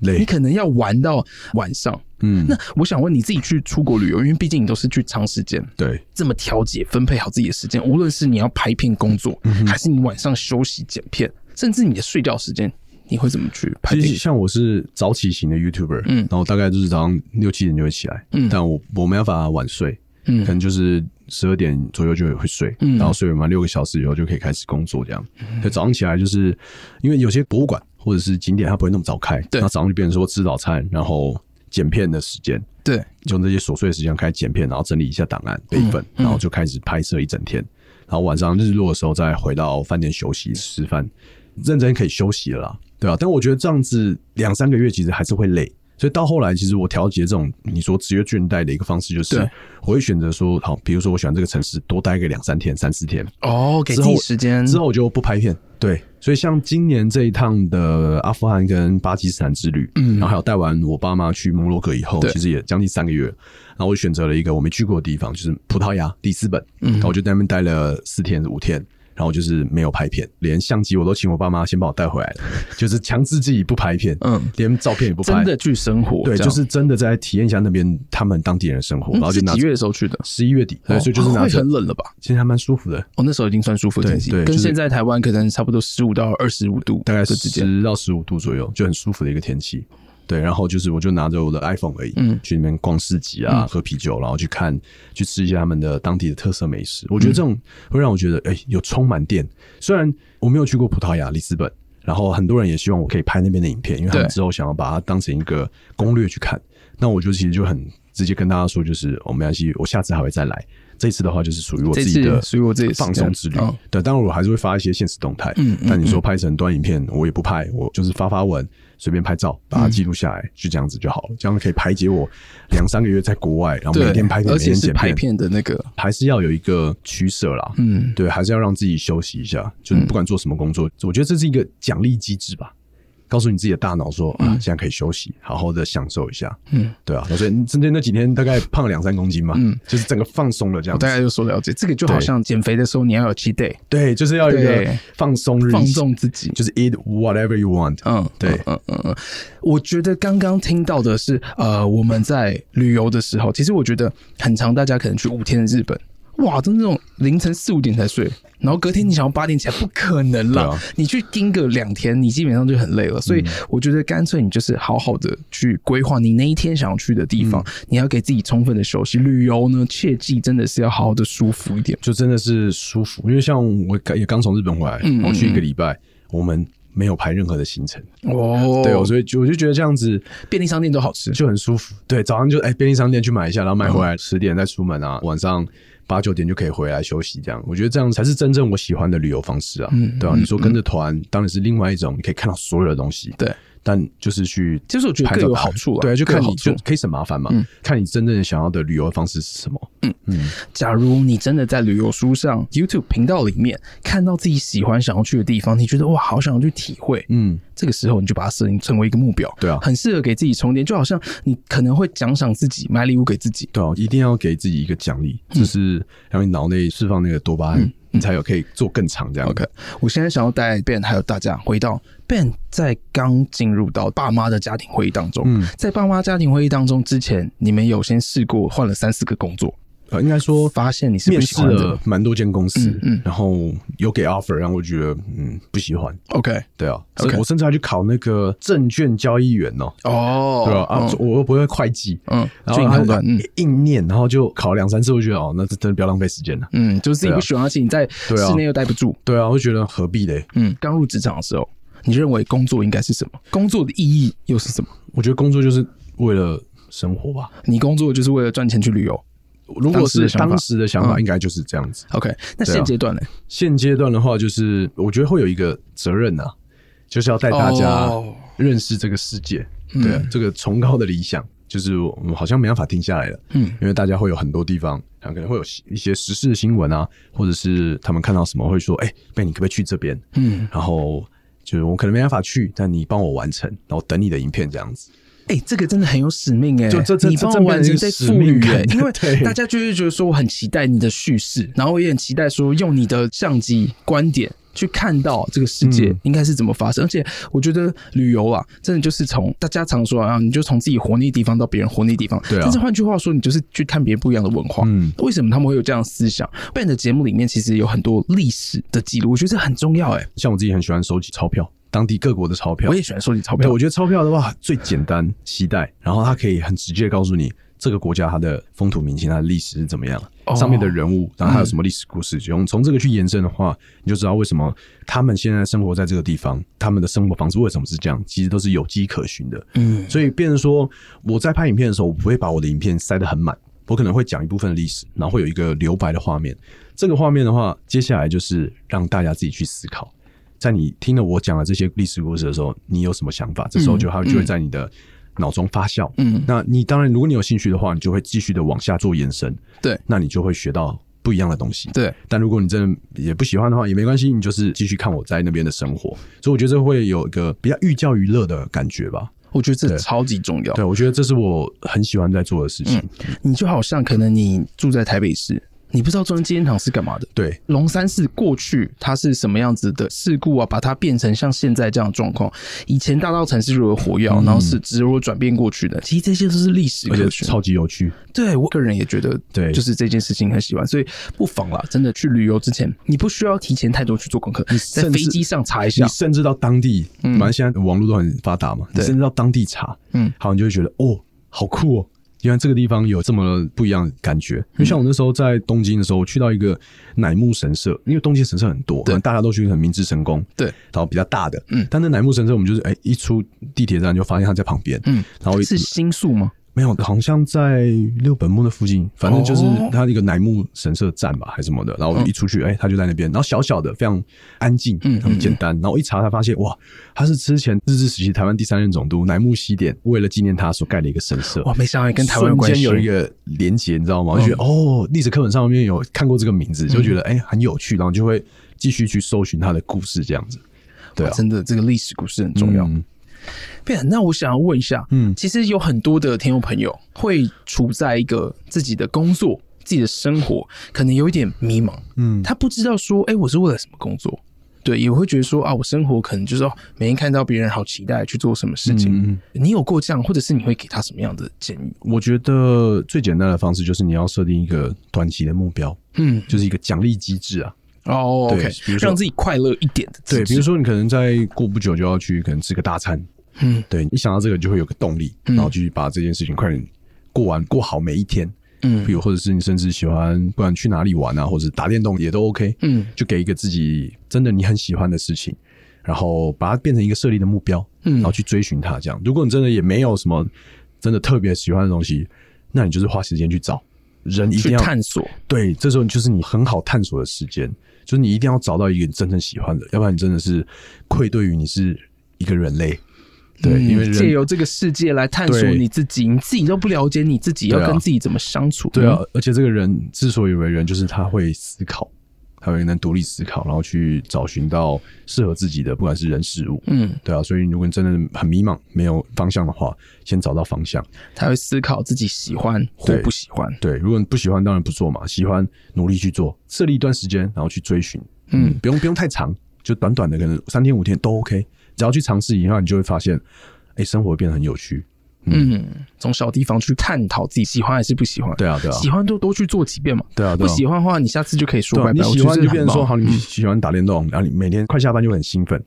Speaker 3: 你
Speaker 4: 累，
Speaker 3: 可能要玩到晚上。
Speaker 4: 嗯，
Speaker 3: 那我想问你自己去出国旅游，因为毕竟你都是去长时间，
Speaker 4: 对，
Speaker 3: 这么调节分配好自己的时间，无论是你要拍片工作，
Speaker 4: 嗯
Speaker 3: 还是你晚上休息剪片，甚至你的睡觉时间，你会怎么去排
Speaker 4: 其实
Speaker 3: 定？
Speaker 4: 像我是早起型的 YouTuber，
Speaker 3: 嗯
Speaker 4: 然后大概就是早上六七点就会起来，
Speaker 3: 嗯
Speaker 4: 但我我没办法晚睡，
Speaker 3: 嗯
Speaker 4: 可能就是十二点左右就会睡，
Speaker 3: 嗯
Speaker 4: 然后睡满六个小时以后就可以开始工作，这样。所以早上起来就是因为有些博物馆或者是景点它不会那么早开，
Speaker 3: 对
Speaker 4: 那早上就变成说吃早餐，然后剪片的时间，
Speaker 3: 对，
Speaker 4: 用这些琐碎的时间开始剪片，然后整理一下档案备份，然后就开始拍摄一整天。然后晚上日落的时候再回到饭店休息吃饭，认真可以休息了啦，对啊，但我觉得这样子两三个月其实还是会累，所以到后来其实我调节这种你说职业倦怠的一个方式，就是
Speaker 3: 对
Speaker 4: 我会选择说，好，比如说我喜欢这个城市多待个两三天、三四天，
Speaker 3: 哦，给
Speaker 4: 之
Speaker 3: 自
Speaker 4: 后
Speaker 3: 己时间
Speaker 4: 之后我就不拍片。对，所以像今年这一趟的阿富汗跟巴基斯坦之旅，嗯，然后还有带完我爸妈去摩洛哥以后
Speaker 3: 对，
Speaker 4: 其实也将近三个月了。然后我选择了一个我没去过的地方，就是葡萄牙里斯本，嗯，然后我就在那边待了四天五天。然后就是没有拍片，连相机我都请我爸妈先把我带 回来了，就是强制自己不拍片，
Speaker 3: 嗯
Speaker 4: 嗯，连照片也不拍，
Speaker 3: 真的去生活，
Speaker 4: 对，
Speaker 3: 这样
Speaker 4: 就是真的在体验一下那边他们当地人的生活，
Speaker 3: 嗯
Speaker 4: 然后就是拿
Speaker 3: 几月的时候去的？
Speaker 4: 十一月底，对，
Speaker 3: 哦
Speaker 4: 所以就是拿
Speaker 3: 会
Speaker 4: 着
Speaker 3: 很，冷了吧？
Speaker 4: 其实还蛮舒服的，
Speaker 3: 哦，那时候已经算舒服的
Speaker 4: 对
Speaker 3: 天气，
Speaker 4: 对
Speaker 3: 跟
Speaker 4: 就是
Speaker 3: 现在台湾可能差不多十五到二十五度，
Speaker 4: 大概
Speaker 3: 这之
Speaker 4: 是
Speaker 3: 间。
Speaker 4: 十到十五度左右，就很舒服的一个天气。对，然后就是我就拿着我的 iPhone 而已，嗯，去那边逛市集啊，
Speaker 3: 嗯
Speaker 4: 喝啤酒，然后去看，去吃一些他们的当地的特色美食。我觉得这
Speaker 3: 嗯
Speaker 4: 种会让我觉得，哎、有充满电。虽然我没有去过葡萄牙里斯本，然后很多人也希望我可以拍那边的影片，因为他们
Speaker 3: 对
Speaker 4: 之后想要把它当成一个攻略去看。那我就其实就很直接跟大家说，就是我、哦、没关系，我下次还会再来。这次的话就是属于我
Speaker 3: 这
Speaker 4: 自己
Speaker 3: 次
Speaker 4: 的，
Speaker 3: 属于我自己的时
Speaker 4: 放
Speaker 3: 间
Speaker 4: 松之旅。
Speaker 3: 嗯
Speaker 4: 对，当然我还是会发一些现实动态。
Speaker 3: 嗯嗯
Speaker 4: 但你说拍成短影片，我也不拍，我就是发发文，随便拍照，
Speaker 3: 嗯
Speaker 4: 把它记录下来，就这样子就好了。这样可以排解我两三个月在国外，然后
Speaker 3: 对，
Speaker 4: 每天拍片，
Speaker 3: 而
Speaker 4: 每
Speaker 3: 且
Speaker 4: 天
Speaker 3: 是
Speaker 4: 剪
Speaker 3: 拍片的那个，
Speaker 4: 还是要有一个取舍啦。
Speaker 3: 嗯
Speaker 4: 对，还是要让自己休息一下。就是不管做什么工作，我觉得这是一个奖励机制吧。告诉你自己的大脑说啊，现在可以休息，好好的享受一下。
Speaker 3: 嗯，
Speaker 4: 对啊，所以中间那几天大概胖了两三公斤嘛，嗯，就是整个放松了这
Speaker 3: 我
Speaker 4: 样子
Speaker 3: 大。概就说了解。这个就好像减肥的时候你要有期待，
Speaker 4: 对，就是要有一
Speaker 3: 对
Speaker 4: 个放松日，
Speaker 3: 放纵自己
Speaker 4: 就是 eat whatever you want。
Speaker 3: 嗯，
Speaker 4: 对
Speaker 3: 嗯嗯嗯嗯，我觉得刚刚听到的是，呃，我们在旅游的时候，其实我觉得很长，大家可能去五天的日本，哇，都那种凌晨四五点才睡，然后隔天你想要八点起来，不可能啦！
Speaker 4: 对啊嗯
Speaker 3: 你去盯个两天，你基本上就很累了。所以我觉得干脆你就是好好的去规划你那一天想要去的地方，
Speaker 4: 嗯
Speaker 3: 你要给自己充分的休息。旅游呢，切记真的是要好好的舒服一点。
Speaker 4: 就真的是舒服。因为像我刚也刚从日本回来，
Speaker 3: 嗯
Speaker 4: 我去一个礼拜，我们没有排任何的行程，
Speaker 3: 哦
Speaker 4: 对，我所以就我就觉得这样子
Speaker 3: 便利商店都好吃，
Speaker 4: 就很舒服。对，早上就哎、便利商店去买一下，然后买回
Speaker 3: 嗯
Speaker 4: 来十点再出门啊，晚上八九点就可以回来休息，这样我觉得这样才是真正我喜欢的旅游方式啊。
Speaker 3: 嗯
Speaker 4: 对啊，你说跟着团、当然是另外一种，你可以看到所有的东西。
Speaker 3: 对。
Speaker 4: 但就是去，
Speaker 3: 就是我觉得
Speaker 4: 拍照
Speaker 3: 各有
Speaker 4: 打卡
Speaker 3: 好处啦啊
Speaker 4: 对，就
Speaker 3: 各有
Speaker 4: 看
Speaker 3: 好
Speaker 4: 你
Speaker 3: 处嗯
Speaker 4: 就可以省麻烦嘛，看你真正想要的旅游方式是什么。嗯
Speaker 3: 假如你真的在旅游书上、YouTube 频道里面看到自己喜欢、想要去的地方，你觉得哇，好想要去体会，
Speaker 4: 嗯，
Speaker 3: 这个时候你就把它设定成为一个目标，
Speaker 4: 对啊
Speaker 3: 很适合给自己充电，就好像你可能会奖赏自己，买礼物给自己。
Speaker 4: 对啊，一定要给自己一个奖励，
Speaker 3: 嗯
Speaker 4: 就是让你脑内释放那个多巴胺，你才有可以做更长这样。
Speaker 3: OK，我现在想要带 Ben 还有大家回到 Ben 在刚进入到爸妈的家庭会议当中，
Speaker 4: 嗯
Speaker 3: 在爸妈家庭会议当中之前，你们有先试过换了三四个工作，
Speaker 4: 呃，应该说
Speaker 3: 发现你是不
Speaker 4: 面
Speaker 3: 喜
Speaker 4: 试
Speaker 3: 欢这
Speaker 4: 了
Speaker 3: 个。
Speaker 4: 蛮多间公司，
Speaker 3: 嗯嗯
Speaker 4: 然后有给 offer，让我觉得嗯不喜欢。
Speaker 3: OK，
Speaker 4: 对啊
Speaker 3: OK
Speaker 4: 我甚至还去考那个证券交易员哦、
Speaker 3: 哦，
Speaker 4: 对啊，啊，
Speaker 3: 嗯
Speaker 4: 我又不会会计，
Speaker 3: 嗯就
Speaker 4: 然后
Speaker 3: 你
Speaker 4: 还
Speaker 3: 看不懂嗯
Speaker 4: 硬念，然后就考两三次，我就觉得哦，那这真的不要浪费时间了。
Speaker 3: 嗯，就是自己
Speaker 4: 对啊
Speaker 3: 不喜欢，而且你在
Speaker 4: 对啊
Speaker 3: 室内又待不住，
Speaker 4: 对啊，我就觉得何必嘞？
Speaker 3: 嗯，刚入职场的时候，你认为工作应该是什么？工作的意义又是什么？
Speaker 4: 我觉得工作就是为了生活吧。
Speaker 3: 你工作就是为了赚钱去旅游
Speaker 4: 如果是当时的想
Speaker 3: 嗯
Speaker 4: 法，应该就是这样子。
Speaker 3: ，OK？那
Speaker 4: 啊
Speaker 3: 现阶段呢？
Speaker 4: 现阶段的话，就是我觉得会有一个责任啊，就是要带大家
Speaker 3: 哦嗯
Speaker 4: 认识这个世界。对、啊这个崇高的理想，就是我们好像没办法停下来了。
Speaker 3: 嗯，
Speaker 4: 因为大家会有很多地方，啊可能会有一些时事新闻啊，或者是他们看到什么会说：“哎、贝，你可不可以去这边？”
Speaker 3: 嗯，
Speaker 4: 然后就是我可能没办法去，但你帮我完成，然后等你的影片这样子。
Speaker 3: 哎、这个真的很有使命哎、
Speaker 4: 就这这
Speaker 3: 你帮
Speaker 4: 这
Speaker 3: 我完成这
Speaker 4: 这
Speaker 3: 赋予哎、
Speaker 4: 这
Speaker 3: 因为
Speaker 4: 对
Speaker 3: 大家就会觉得说我很期待你的叙事，然后我也很期待说用你的相机观点去看到这个世界
Speaker 4: 嗯
Speaker 3: 应该是怎么发生。而且我觉得旅游啊，真的就是从大家常说啊，你就从自己活那地方到别人活那地方。
Speaker 4: 对啊
Speaker 3: 但是换句话说，你就是去看别人不一样的文化。
Speaker 4: 嗯
Speaker 3: 为什么他们会有这样的思想？Ben 的节目里面其实有很多历史的记录，我觉得这很重要哎、
Speaker 4: 像我自己很喜欢收集钞票，当地各国的钞票。
Speaker 3: 我也喜欢收集钞
Speaker 4: 对，
Speaker 3: 票
Speaker 4: 我，觉得钞票的话最简单携带，然后它可以很直接地告诉你这个国家它的风土民情、它的历史是怎么样，
Speaker 3: 哦
Speaker 4: 上面的人物，然后还有什么历史故事。从从这个去延伸的话，你就知道为什么他们现在生活在这个地方，他们的生活方式为什么是这样，其实都是有迹可循的。
Speaker 3: 嗯，
Speaker 4: 所以变成说，我在拍影片的时候，我不会把我的影片塞得很满，我可能会讲一部分的历史，然后会有一个留白的画面。这个画面的话，接下来就是让大家自己去思考，在你听了我讲的这些历史故事的时候，你有什么想法？这时候就它就会在你的脑中发酵。
Speaker 3: 嗯
Speaker 4: 那你当然，如果你有兴趣的话，你就会继续的往下做延伸，
Speaker 3: 对
Speaker 4: 那你就会学到不一样的东西。
Speaker 3: 对。
Speaker 4: 但如果你真的也不喜欢的话，也没关系，你就是继续看我在那边的生活。所以我觉得这会有一个比较寓教于乐的感觉吧。
Speaker 3: 我觉得这
Speaker 4: 对
Speaker 3: 超级重要。
Speaker 4: 对，我觉得这是我很喜欢在做的事情。
Speaker 3: 嗯你就好像可能你住在台北市，你不知道中央纪念堂是干嘛的。
Speaker 4: 对，
Speaker 3: 龙山寺过去它是什么样子的事故啊，把它变成像现在这样的状况。以前大稻城是如何火药，然后是直如何转变过去的。其实这些都是历史
Speaker 4: 嗯而
Speaker 3: 可
Speaker 4: 且
Speaker 3: 循。
Speaker 4: 超级有趣。
Speaker 3: 对我个人也觉得，
Speaker 4: 对
Speaker 3: 就是这件事情很喜欢，所以不妨啦，真的去旅游之前，你不需要提前太多去做功课，在
Speaker 4: 甚
Speaker 3: 飞
Speaker 4: 至
Speaker 3: 机上查一下嗯
Speaker 4: 你。甚至到当地，反正现在网络都很发达嘛，你
Speaker 3: 对
Speaker 4: 甚至到当地查，
Speaker 3: 嗯
Speaker 4: 嗯，好，你就会觉得哦，好酷哦。原来这个地方有这么不一样的感觉，
Speaker 3: 嗯
Speaker 4: 因为像我那时候在东京的时候，我去到一个乃木神社，因为东京神社很多，
Speaker 3: 对
Speaker 4: 大家都去很明治神宫，
Speaker 3: 对
Speaker 4: 然后比较大的，
Speaker 3: 嗯
Speaker 4: 嗯，但那乃木神社我们就是哎、一出地铁站就发现它在旁边，
Speaker 3: 嗯
Speaker 4: 嗯，然后
Speaker 3: 是新宿吗？
Speaker 4: 没有，好像在六本木的附近，反正就是
Speaker 3: 哦
Speaker 4: 它一个乃木神社站吧，还是什么的。然后我就一出去，哎、他就在那边，然后小小的，非常安静，
Speaker 3: 嗯
Speaker 4: 很简单。然后一查才发现，哇，他是之前日治时期台湾第三任总督乃木希典为了纪念他所盖的一个神社。
Speaker 3: 哇，没想到跟台湾有
Speaker 4: 瞬
Speaker 3: 关
Speaker 4: 间
Speaker 3: 系。嗯
Speaker 4: 有一个连结，你知道吗？我就觉得、哦，历史课本上面有看过这个名字，就觉得哎、很有趣，然后就会继续去搜寻他的故事，这样子。对
Speaker 3: 哇
Speaker 4: 啊，
Speaker 3: 真的这个历史故事很重要。
Speaker 4: 嗯
Speaker 3: 对，那我想要问一下，嗯，
Speaker 4: 嗯
Speaker 3: 其实有很多的听众朋友会处在一个自己的工作、自己的生活，可能有一点迷茫，嗯，
Speaker 4: 嗯
Speaker 3: 他不知道说，哎、我是为了什么工作？对，也会觉得说啊，我生活可能就是、哦、每天看到别人好期待去做什么事情。
Speaker 4: 嗯
Speaker 3: 你有过这样，或者是你会给他什么样的建议？
Speaker 4: 我觉得最简单的方式就是你要设定一个短期的目标，
Speaker 3: 嗯，
Speaker 4: 就是一个奖励机制啊。
Speaker 3: 哦
Speaker 4: 对
Speaker 3: ，OK，
Speaker 4: 比如说
Speaker 3: 让自己快乐一点的自己，
Speaker 4: 对，比如说你可能在过不久就要去可能吃个大餐，
Speaker 3: 嗯，
Speaker 4: 对，一想到这个你就会有个动力，然后去把这件事情快点过完，过好每一天。
Speaker 3: 嗯
Speaker 4: 比如或者是你甚至喜欢，不管去哪里玩啊，或者打电动也都 OK，
Speaker 3: 嗯
Speaker 4: 就给一个自己真的你很喜欢的事情，然后把它变成一个设立的目标，
Speaker 3: 嗯
Speaker 4: 然后去追寻它。这样，如果你真的也没有什么真的特别喜欢的东西，那你就是花时间去找。人一定
Speaker 3: 去
Speaker 4: 要
Speaker 3: 探索，
Speaker 4: 对，这时候就是你很好探索的时间，就是你一定要找到一个你真正喜欢的，要不然你真的是愧对于你是一个人类。对，
Speaker 3: 嗯
Speaker 4: 因为
Speaker 3: 借
Speaker 4: 人
Speaker 3: 由这个世界来探索
Speaker 4: 对
Speaker 3: 你自己，你自己都不了解你自己，要
Speaker 4: 对啊
Speaker 3: 跟自己怎么相处？
Speaker 4: 对啊，而且这个人之所以为人，就是他会思考，他会能独立思考，然后去找寻到适合自己的，不管是人事物。
Speaker 3: 嗯，嗯，
Speaker 4: 对啊，所以如果你真的很迷茫、没有方向的话，先找到方向。
Speaker 3: 他会思考自己喜欢或
Speaker 4: 对
Speaker 3: 不喜欢。
Speaker 4: 对，如果你不喜欢，当然不做嘛；喜欢，努力去做，设立一段时间，然后去追寻。
Speaker 3: 嗯
Speaker 4: 不用不用太长，就短短的，可能三天五天都 OK。只要去尝试以后，你就会发现，哎、生活变得很有趣。
Speaker 3: 嗯，从小地方去探讨自己喜欢还是不喜欢。
Speaker 4: 对啊对啊
Speaker 3: 喜欢就多去做几遍嘛。
Speaker 4: 对啊对啊
Speaker 3: 不喜欢的话，你下次就可以说
Speaker 4: 对啊，
Speaker 3: 拜
Speaker 4: 你
Speaker 3: 拜。
Speaker 4: 喜欢就变成说，
Speaker 3: 好，
Speaker 4: 好，你喜欢打电动，然后你每天快下班就很兴奋，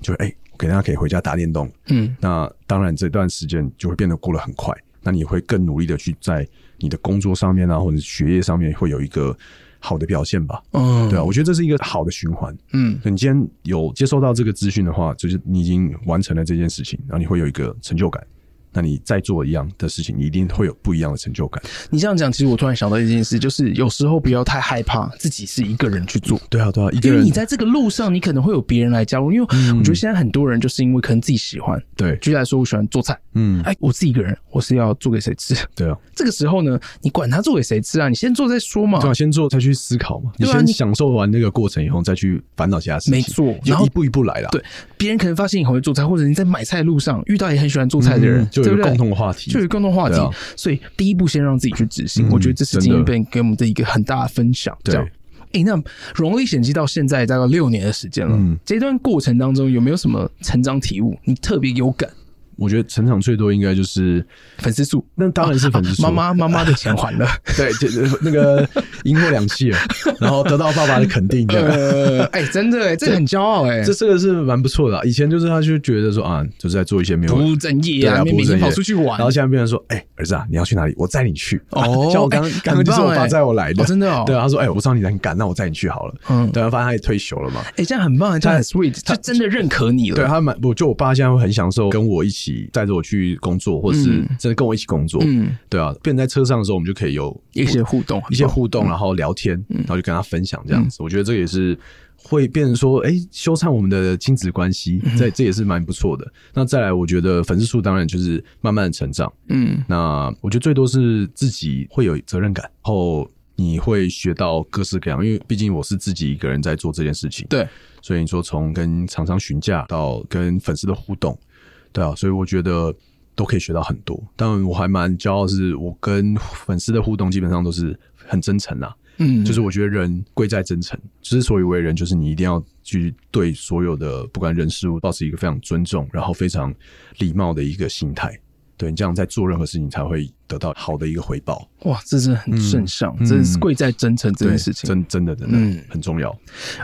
Speaker 4: 就哎，给大家可以回家打电动。
Speaker 3: 嗯，
Speaker 4: 那当然这段时间就会变得过得很快，那你会更努力的去在你的工作上面啊，或者是学业上面会有一个好的表现吧。
Speaker 3: 嗯，
Speaker 4: 对啊，我觉得这是一个好的循环。
Speaker 3: 嗯
Speaker 4: 你今天有接收到这个资讯的话，就是你已经完成了这件事情，然后你会有一个成就感。那你再做一样的事情，你一定会有不一样的成就感。
Speaker 3: 你这样讲，其实我突然想到一件事，就是有时候不要太害怕自己是一个人去做。
Speaker 4: 对啊，对啊，一个
Speaker 3: 因为
Speaker 4: 人
Speaker 3: 你在这个嗯路上，你可能会有别人来加入。因为我觉得现在很多人就是因为可能自己喜欢，
Speaker 4: 对，
Speaker 3: 举例来说，我喜欢做菜，
Speaker 4: 嗯，
Speaker 3: 哎，我自己一个人，我是要做给谁吃？
Speaker 4: 对啊，
Speaker 3: 这个时候呢，你管他做给谁吃啊，你先做再说嘛
Speaker 4: 对。啊，先做再去思考嘛。你
Speaker 3: 对啊
Speaker 4: 先
Speaker 3: 你
Speaker 4: 享受完那个过程以后，再去烦恼其他事情。
Speaker 3: 没错
Speaker 4: 就
Speaker 3: 然后
Speaker 4: 一步一步来啦。
Speaker 3: 对，别人可能发现你很会做菜，或者你在买菜路上遇到也很喜欢做菜的人，
Speaker 4: 嗯就有
Speaker 3: 对不对
Speaker 4: 共同的话题
Speaker 3: 就有共同话题
Speaker 4: 对啊。
Speaker 3: 所以第一步，先让自己去执行。
Speaker 4: 嗯
Speaker 3: 我觉得这是
Speaker 4: 真的
Speaker 3: 今天被给我们的一个很大的分享。
Speaker 4: 对
Speaker 3: 这样。诶，那《荣历险记》到现在大概六年的时间了，
Speaker 4: 嗯
Speaker 3: 这段过程当中有没有什么成长体悟？你特别有感？
Speaker 4: 我觉得成长最多应该就是，
Speaker 3: 粉丝数，啊
Speaker 4: 那 当然是粉丝数
Speaker 3: 妈妈妈妈的钱还了。
Speaker 4: 对，就就那 个赢货两气了，然后得到爸爸的肯定，这 样。
Speaker 3: 呃，哎、真的哎、这很骄傲哎、
Speaker 4: 这这个是蛮不错的啊、以前就是他就觉得说啊，就是在做一些没有
Speaker 3: 不务正业
Speaker 4: 对
Speaker 3: 啊，
Speaker 4: 啊，
Speaker 3: 每
Speaker 4: 不务
Speaker 3: 每天
Speaker 4: 正业
Speaker 3: 跑出去玩
Speaker 4: 然，后现在变成说，哎、儿子啊，你要去哪里？我载你去。
Speaker 3: 哦
Speaker 4: 像我刚
Speaker 3: 哎
Speaker 4: 刚刚就是
Speaker 3: 很棒
Speaker 4: 我爸
Speaker 3: 哎
Speaker 4: 载我来的，
Speaker 3: 哦真的哦
Speaker 4: 对啊，他说，哎、我知道你很赶，那我载你去好了。
Speaker 3: 嗯
Speaker 4: 嗯，对啊，发现他也退休了嘛。
Speaker 3: 哎、这样很棒哎，这样很 sweet，就真的认可你了。
Speaker 4: 对他蛮，我就我爸现在会很享受跟我一起带着我去工作，或者是真的跟我一起工作。
Speaker 3: 嗯
Speaker 4: 嗯，对啊，变成在车上的时候，我们就可以有
Speaker 3: 一些互动，
Speaker 4: 一些互动，然后聊天，然后就跟他分享这样子。我觉得这也是会变成说，哎、修缮我们的亲子关系，这这也是蛮不错的。那再来，我觉得粉丝数当然就是慢慢的成长。
Speaker 3: 嗯
Speaker 4: 那我觉得最多是自己会有责任感，然后你会学到各式各样，因为毕竟我是自己一个人在做这件事情。
Speaker 3: 对，
Speaker 4: 所以你说从跟厂商询价到跟粉丝的互动，对啊，所以我觉得都可以学到很多。当然，我还蛮骄傲，是我跟粉丝的互动基本上都是很真诚啊啦、
Speaker 3: 嗯，
Speaker 4: 就是我觉得人贵在真诚，之所以为人，就是你一定要去对所有的不管人事物，保持一个非常尊重，然后非常礼貌的一个心态。对你这样在做任何事情，才会得到好的一个回报。
Speaker 3: 哇，这是很正向，真的是贵在真诚这件事情。
Speaker 4: 嗯对真真的真的、
Speaker 3: 嗯
Speaker 4: 很重要。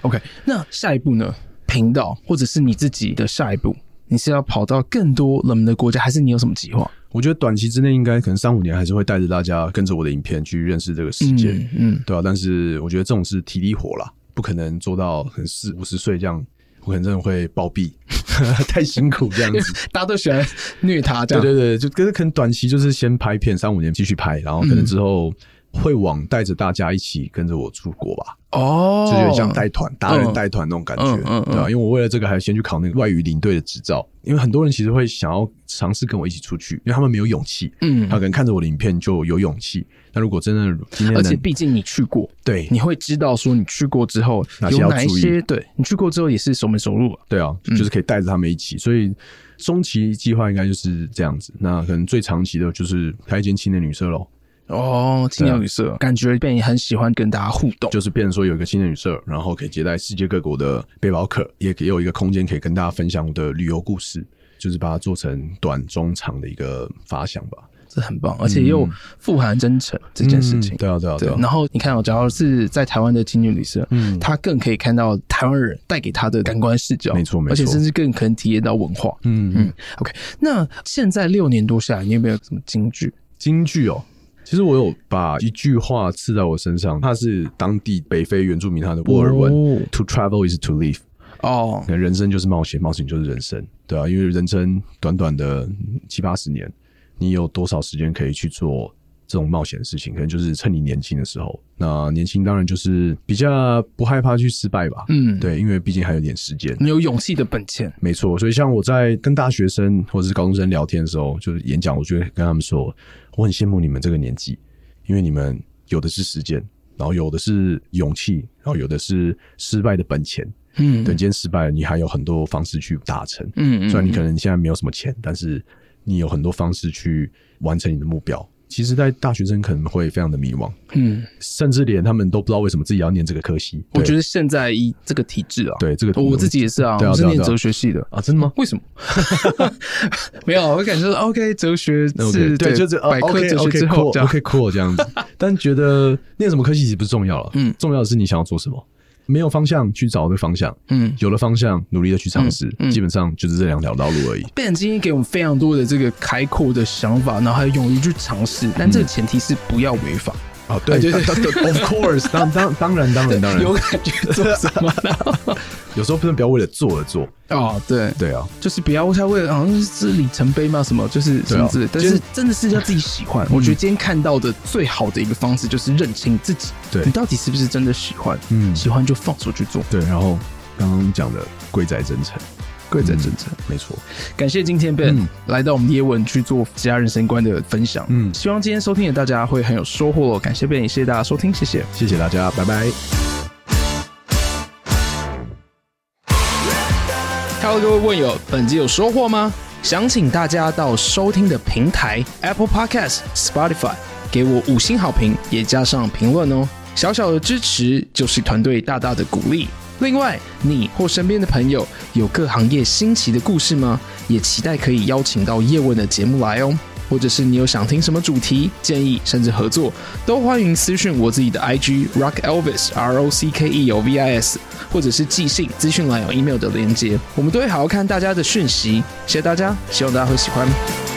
Speaker 3: OK，那下一步呢？频道或者是你自己的下一步，你是要跑到更多冷门的国家，还是你有什么计划？
Speaker 4: 我觉得短期之内，应该可能三五年还是会带着大家跟着我的影片去认识这个世界。
Speaker 3: 嗯嗯
Speaker 4: 对啊，但是我觉得这种是体力活啦，不可能做到很四五十岁这样，我可能真的会暴毙， 太辛苦这样子。
Speaker 3: 大家都喜欢虐他这
Speaker 4: 对
Speaker 3: 样。
Speaker 4: 对对，就可是可能短期就是先拍片，三五年继续拍，然后可能之后会往带着大家一起跟着我出国吧，
Speaker 3: 哦，
Speaker 4: 就有点像带团、达
Speaker 3: 嗯
Speaker 4: 人带团那种感觉，
Speaker 3: 嗯嗯嗯
Speaker 4: 对吧、因为我为了这个还先去考那个外语领队的执照，因为很多人其实会想要尝试跟我一起出去，因为他们没有勇气，
Speaker 3: 嗯
Speaker 4: 他可能看着我的影片就有勇气。那如果真的今天
Speaker 3: 而
Speaker 4: 能
Speaker 3: 且毕嗯竟你去过，
Speaker 4: 对
Speaker 3: 你会知道说你去过之后
Speaker 4: 哪些
Speaker 3: 有
Speaker 4: 要
Speaker 3: 哪一
Speaker 4: 注意
Speaker 3: 些，对你去过之后也是熟门熟路了。
Speaker 4: 对啊，就是可以带着他们一起，所以中期计划应该就是这样子。那可能最长期的就是开一间青年旅社喽。
Speaker 3: 哦，青鸟旅社，感觉被你很喜欢跟大家互动，
Speaker 4: 就是变成说有一个青年旅社，然后可以接待世界各国的背包客，也也有一个空间可以跟大家分享我的旅游故事，就是把它做成短中长的一个发想吧。
Speaker 3: 这很棒，而且又富含真诚这件事情。
Speaker 4: 嗯嗯对啊，对啊，
Speaker 3: 对
Speaker 4: 对啊，。
Speaker 3: 然后你看哦，只要是在台湾的青年旅社，嗯，他更可以看到台湾人带给他的感官视角，
Speaker 4: 没错没错
Speaker 3: 而且甚至更可能体验到文化。
Speaker 4: 嗯嗯，
Speaker 3: OK，那现在六年多下来，你有没有什么金句？
Speaker 4: 京剧哦。其实我有把一句话刺在我身上，它是当地北非原住民他的沃尔文、
Speaker 3: 哦
Speaker 4: t o travel is to live。
Speaker 3: 哦，
Speaker 4: 人生就是冒险，冒险就是人生，对啊，因为人生短短的七八十年，你有多少时间可以去做这种冒险的事情？可能就是趁你年轻的时候。那年轻当然就是比较不害怕去失败吧，
Speaker 3: 嗯
Speaker 4: 对，因为毕竟还有点时间。
Speaker 3: 你有勇气的本钱，
Speaker 4: 没错，所以像我在跟大学生或者是高中生聊天的时候，就是演讲，我就会跟他们说，我很羡慕你们这个年纪，因为你们有的是时间，然后有的是勇气，然后有的是失败的本钱。
Speaker 3: 嗯，
Speaker 4: 对，今天失败了，你还有很多方式去达成。
Speaker 3: 嗯嗯
Speaker 4: 虽然你可能现在没有什么钱，但是你有很多方式去完成你的目标。其实，在大学生可能会非常的迷茫，
Speaker 3: 嗯，
Speaker 4: 甚至连他们都不知道为什么自己要念这个科系。
Speaker 3: 我觉
Speaker 4: 得
Speaker 3: 得现在一这个体制啊，
Speaker 4: 对这个
Speaker 3: 我自己也是啊，
Speaker 4: 对啊
Speaker 3: 我是
Speaker 4: 对啊
Speaker 3: 念
Speaker 4: 对啊
Speaker 3: 哲学系的。
Speaker 4: 啊，真的吗？
Speaker 3: 为什么？ 没有，我感觉说 OK，哲学
Speaker 4: OK，
Speaker 3: 是
Speaker 4: 对，就是呃
Speaker 3: 百科哲学
Speaker 4: OK
Speaker 3: 之后
Speaker 4: cool，
Speaker 3: 这样
Speaker 4: OK cool 这 样子，但觉得念什么科系其实不重要了，
Speaker 3: 嗯
Speaker 4: 重要的是你想要做什么。没有方向去找这个方向，
Speaker 3: 嗯
Speaker 4: 有了方向努力的去尝试，
Speaker 3: 嗯嗯
Speaker 4: 基本上就是这两条道路而已。
Speaker 3: 贝尔今天给我们非常多的这个开阔的想法，然后还有勇于去尝试，但这个前提是不要违法。
Speaker 4: 哦，对，
Speaker 3: 对
Speaker 4: 对
Speaker 3: 对
Speaker 4: 对，Of course，当当当然当然当然，
Speaker 3: 有感觉做什么 呢？
Speaker 4: 有时候不能不要为了做而做，
Speaker 3: 哦，对，
Speaker 4: 对啊，
Speaker 3: 就是不要太为了好像是里程碑嘛，什么就是什么之类的，但
Speaker 4: 对啊嗯
Speaker 3: 是真的是要自己喜欢。我觉得今天看到的最好的一个方式就是认清自己，
Speaker 4: 对
Speaker 3: 你到底是不是真的喜欢？
Speaker 4: 嗯
Speaker 3: 喜欢就放手去做，
Speaker 4: 对。然后刚刚讲的贵在真诚，
Speaker 3: 贵在真诚。
Speaker 4: 没错，
Speaker 3: 感谢今天 Ben、
Speaker 4: 嗯
Speaker 3: 来到我们叶问去做其他人生观的分享。嗯，
Speaker 4: 嗯
Speaker 3: 希望今天收听的大家会很有收获。哦感谢 Ben，也谢谢大家收听，谢谢。
Speaker 4: 谢谢大家，拜拜。
Speaker 3: Hello，各位问友，本集有收获吗？想请大家到收听的平台 Apple Podcast、Spotify 给我五星好评，也加上评论哦。小小的支持就是团队大大的鼓励。另外，你或身边的朋友有各行业新奇的故事吗？也期待可以邀请到叶问的节目来哦。或者是你有想听什么主题建议，甚至合作，都欢迎私讯我自己的 IG Rock Elvis R O C K E L V I S，或者是寄信资讯栏有 email 的连接，我们都会好好看大家的讯息。谢谢大家，希望大家会喜欢。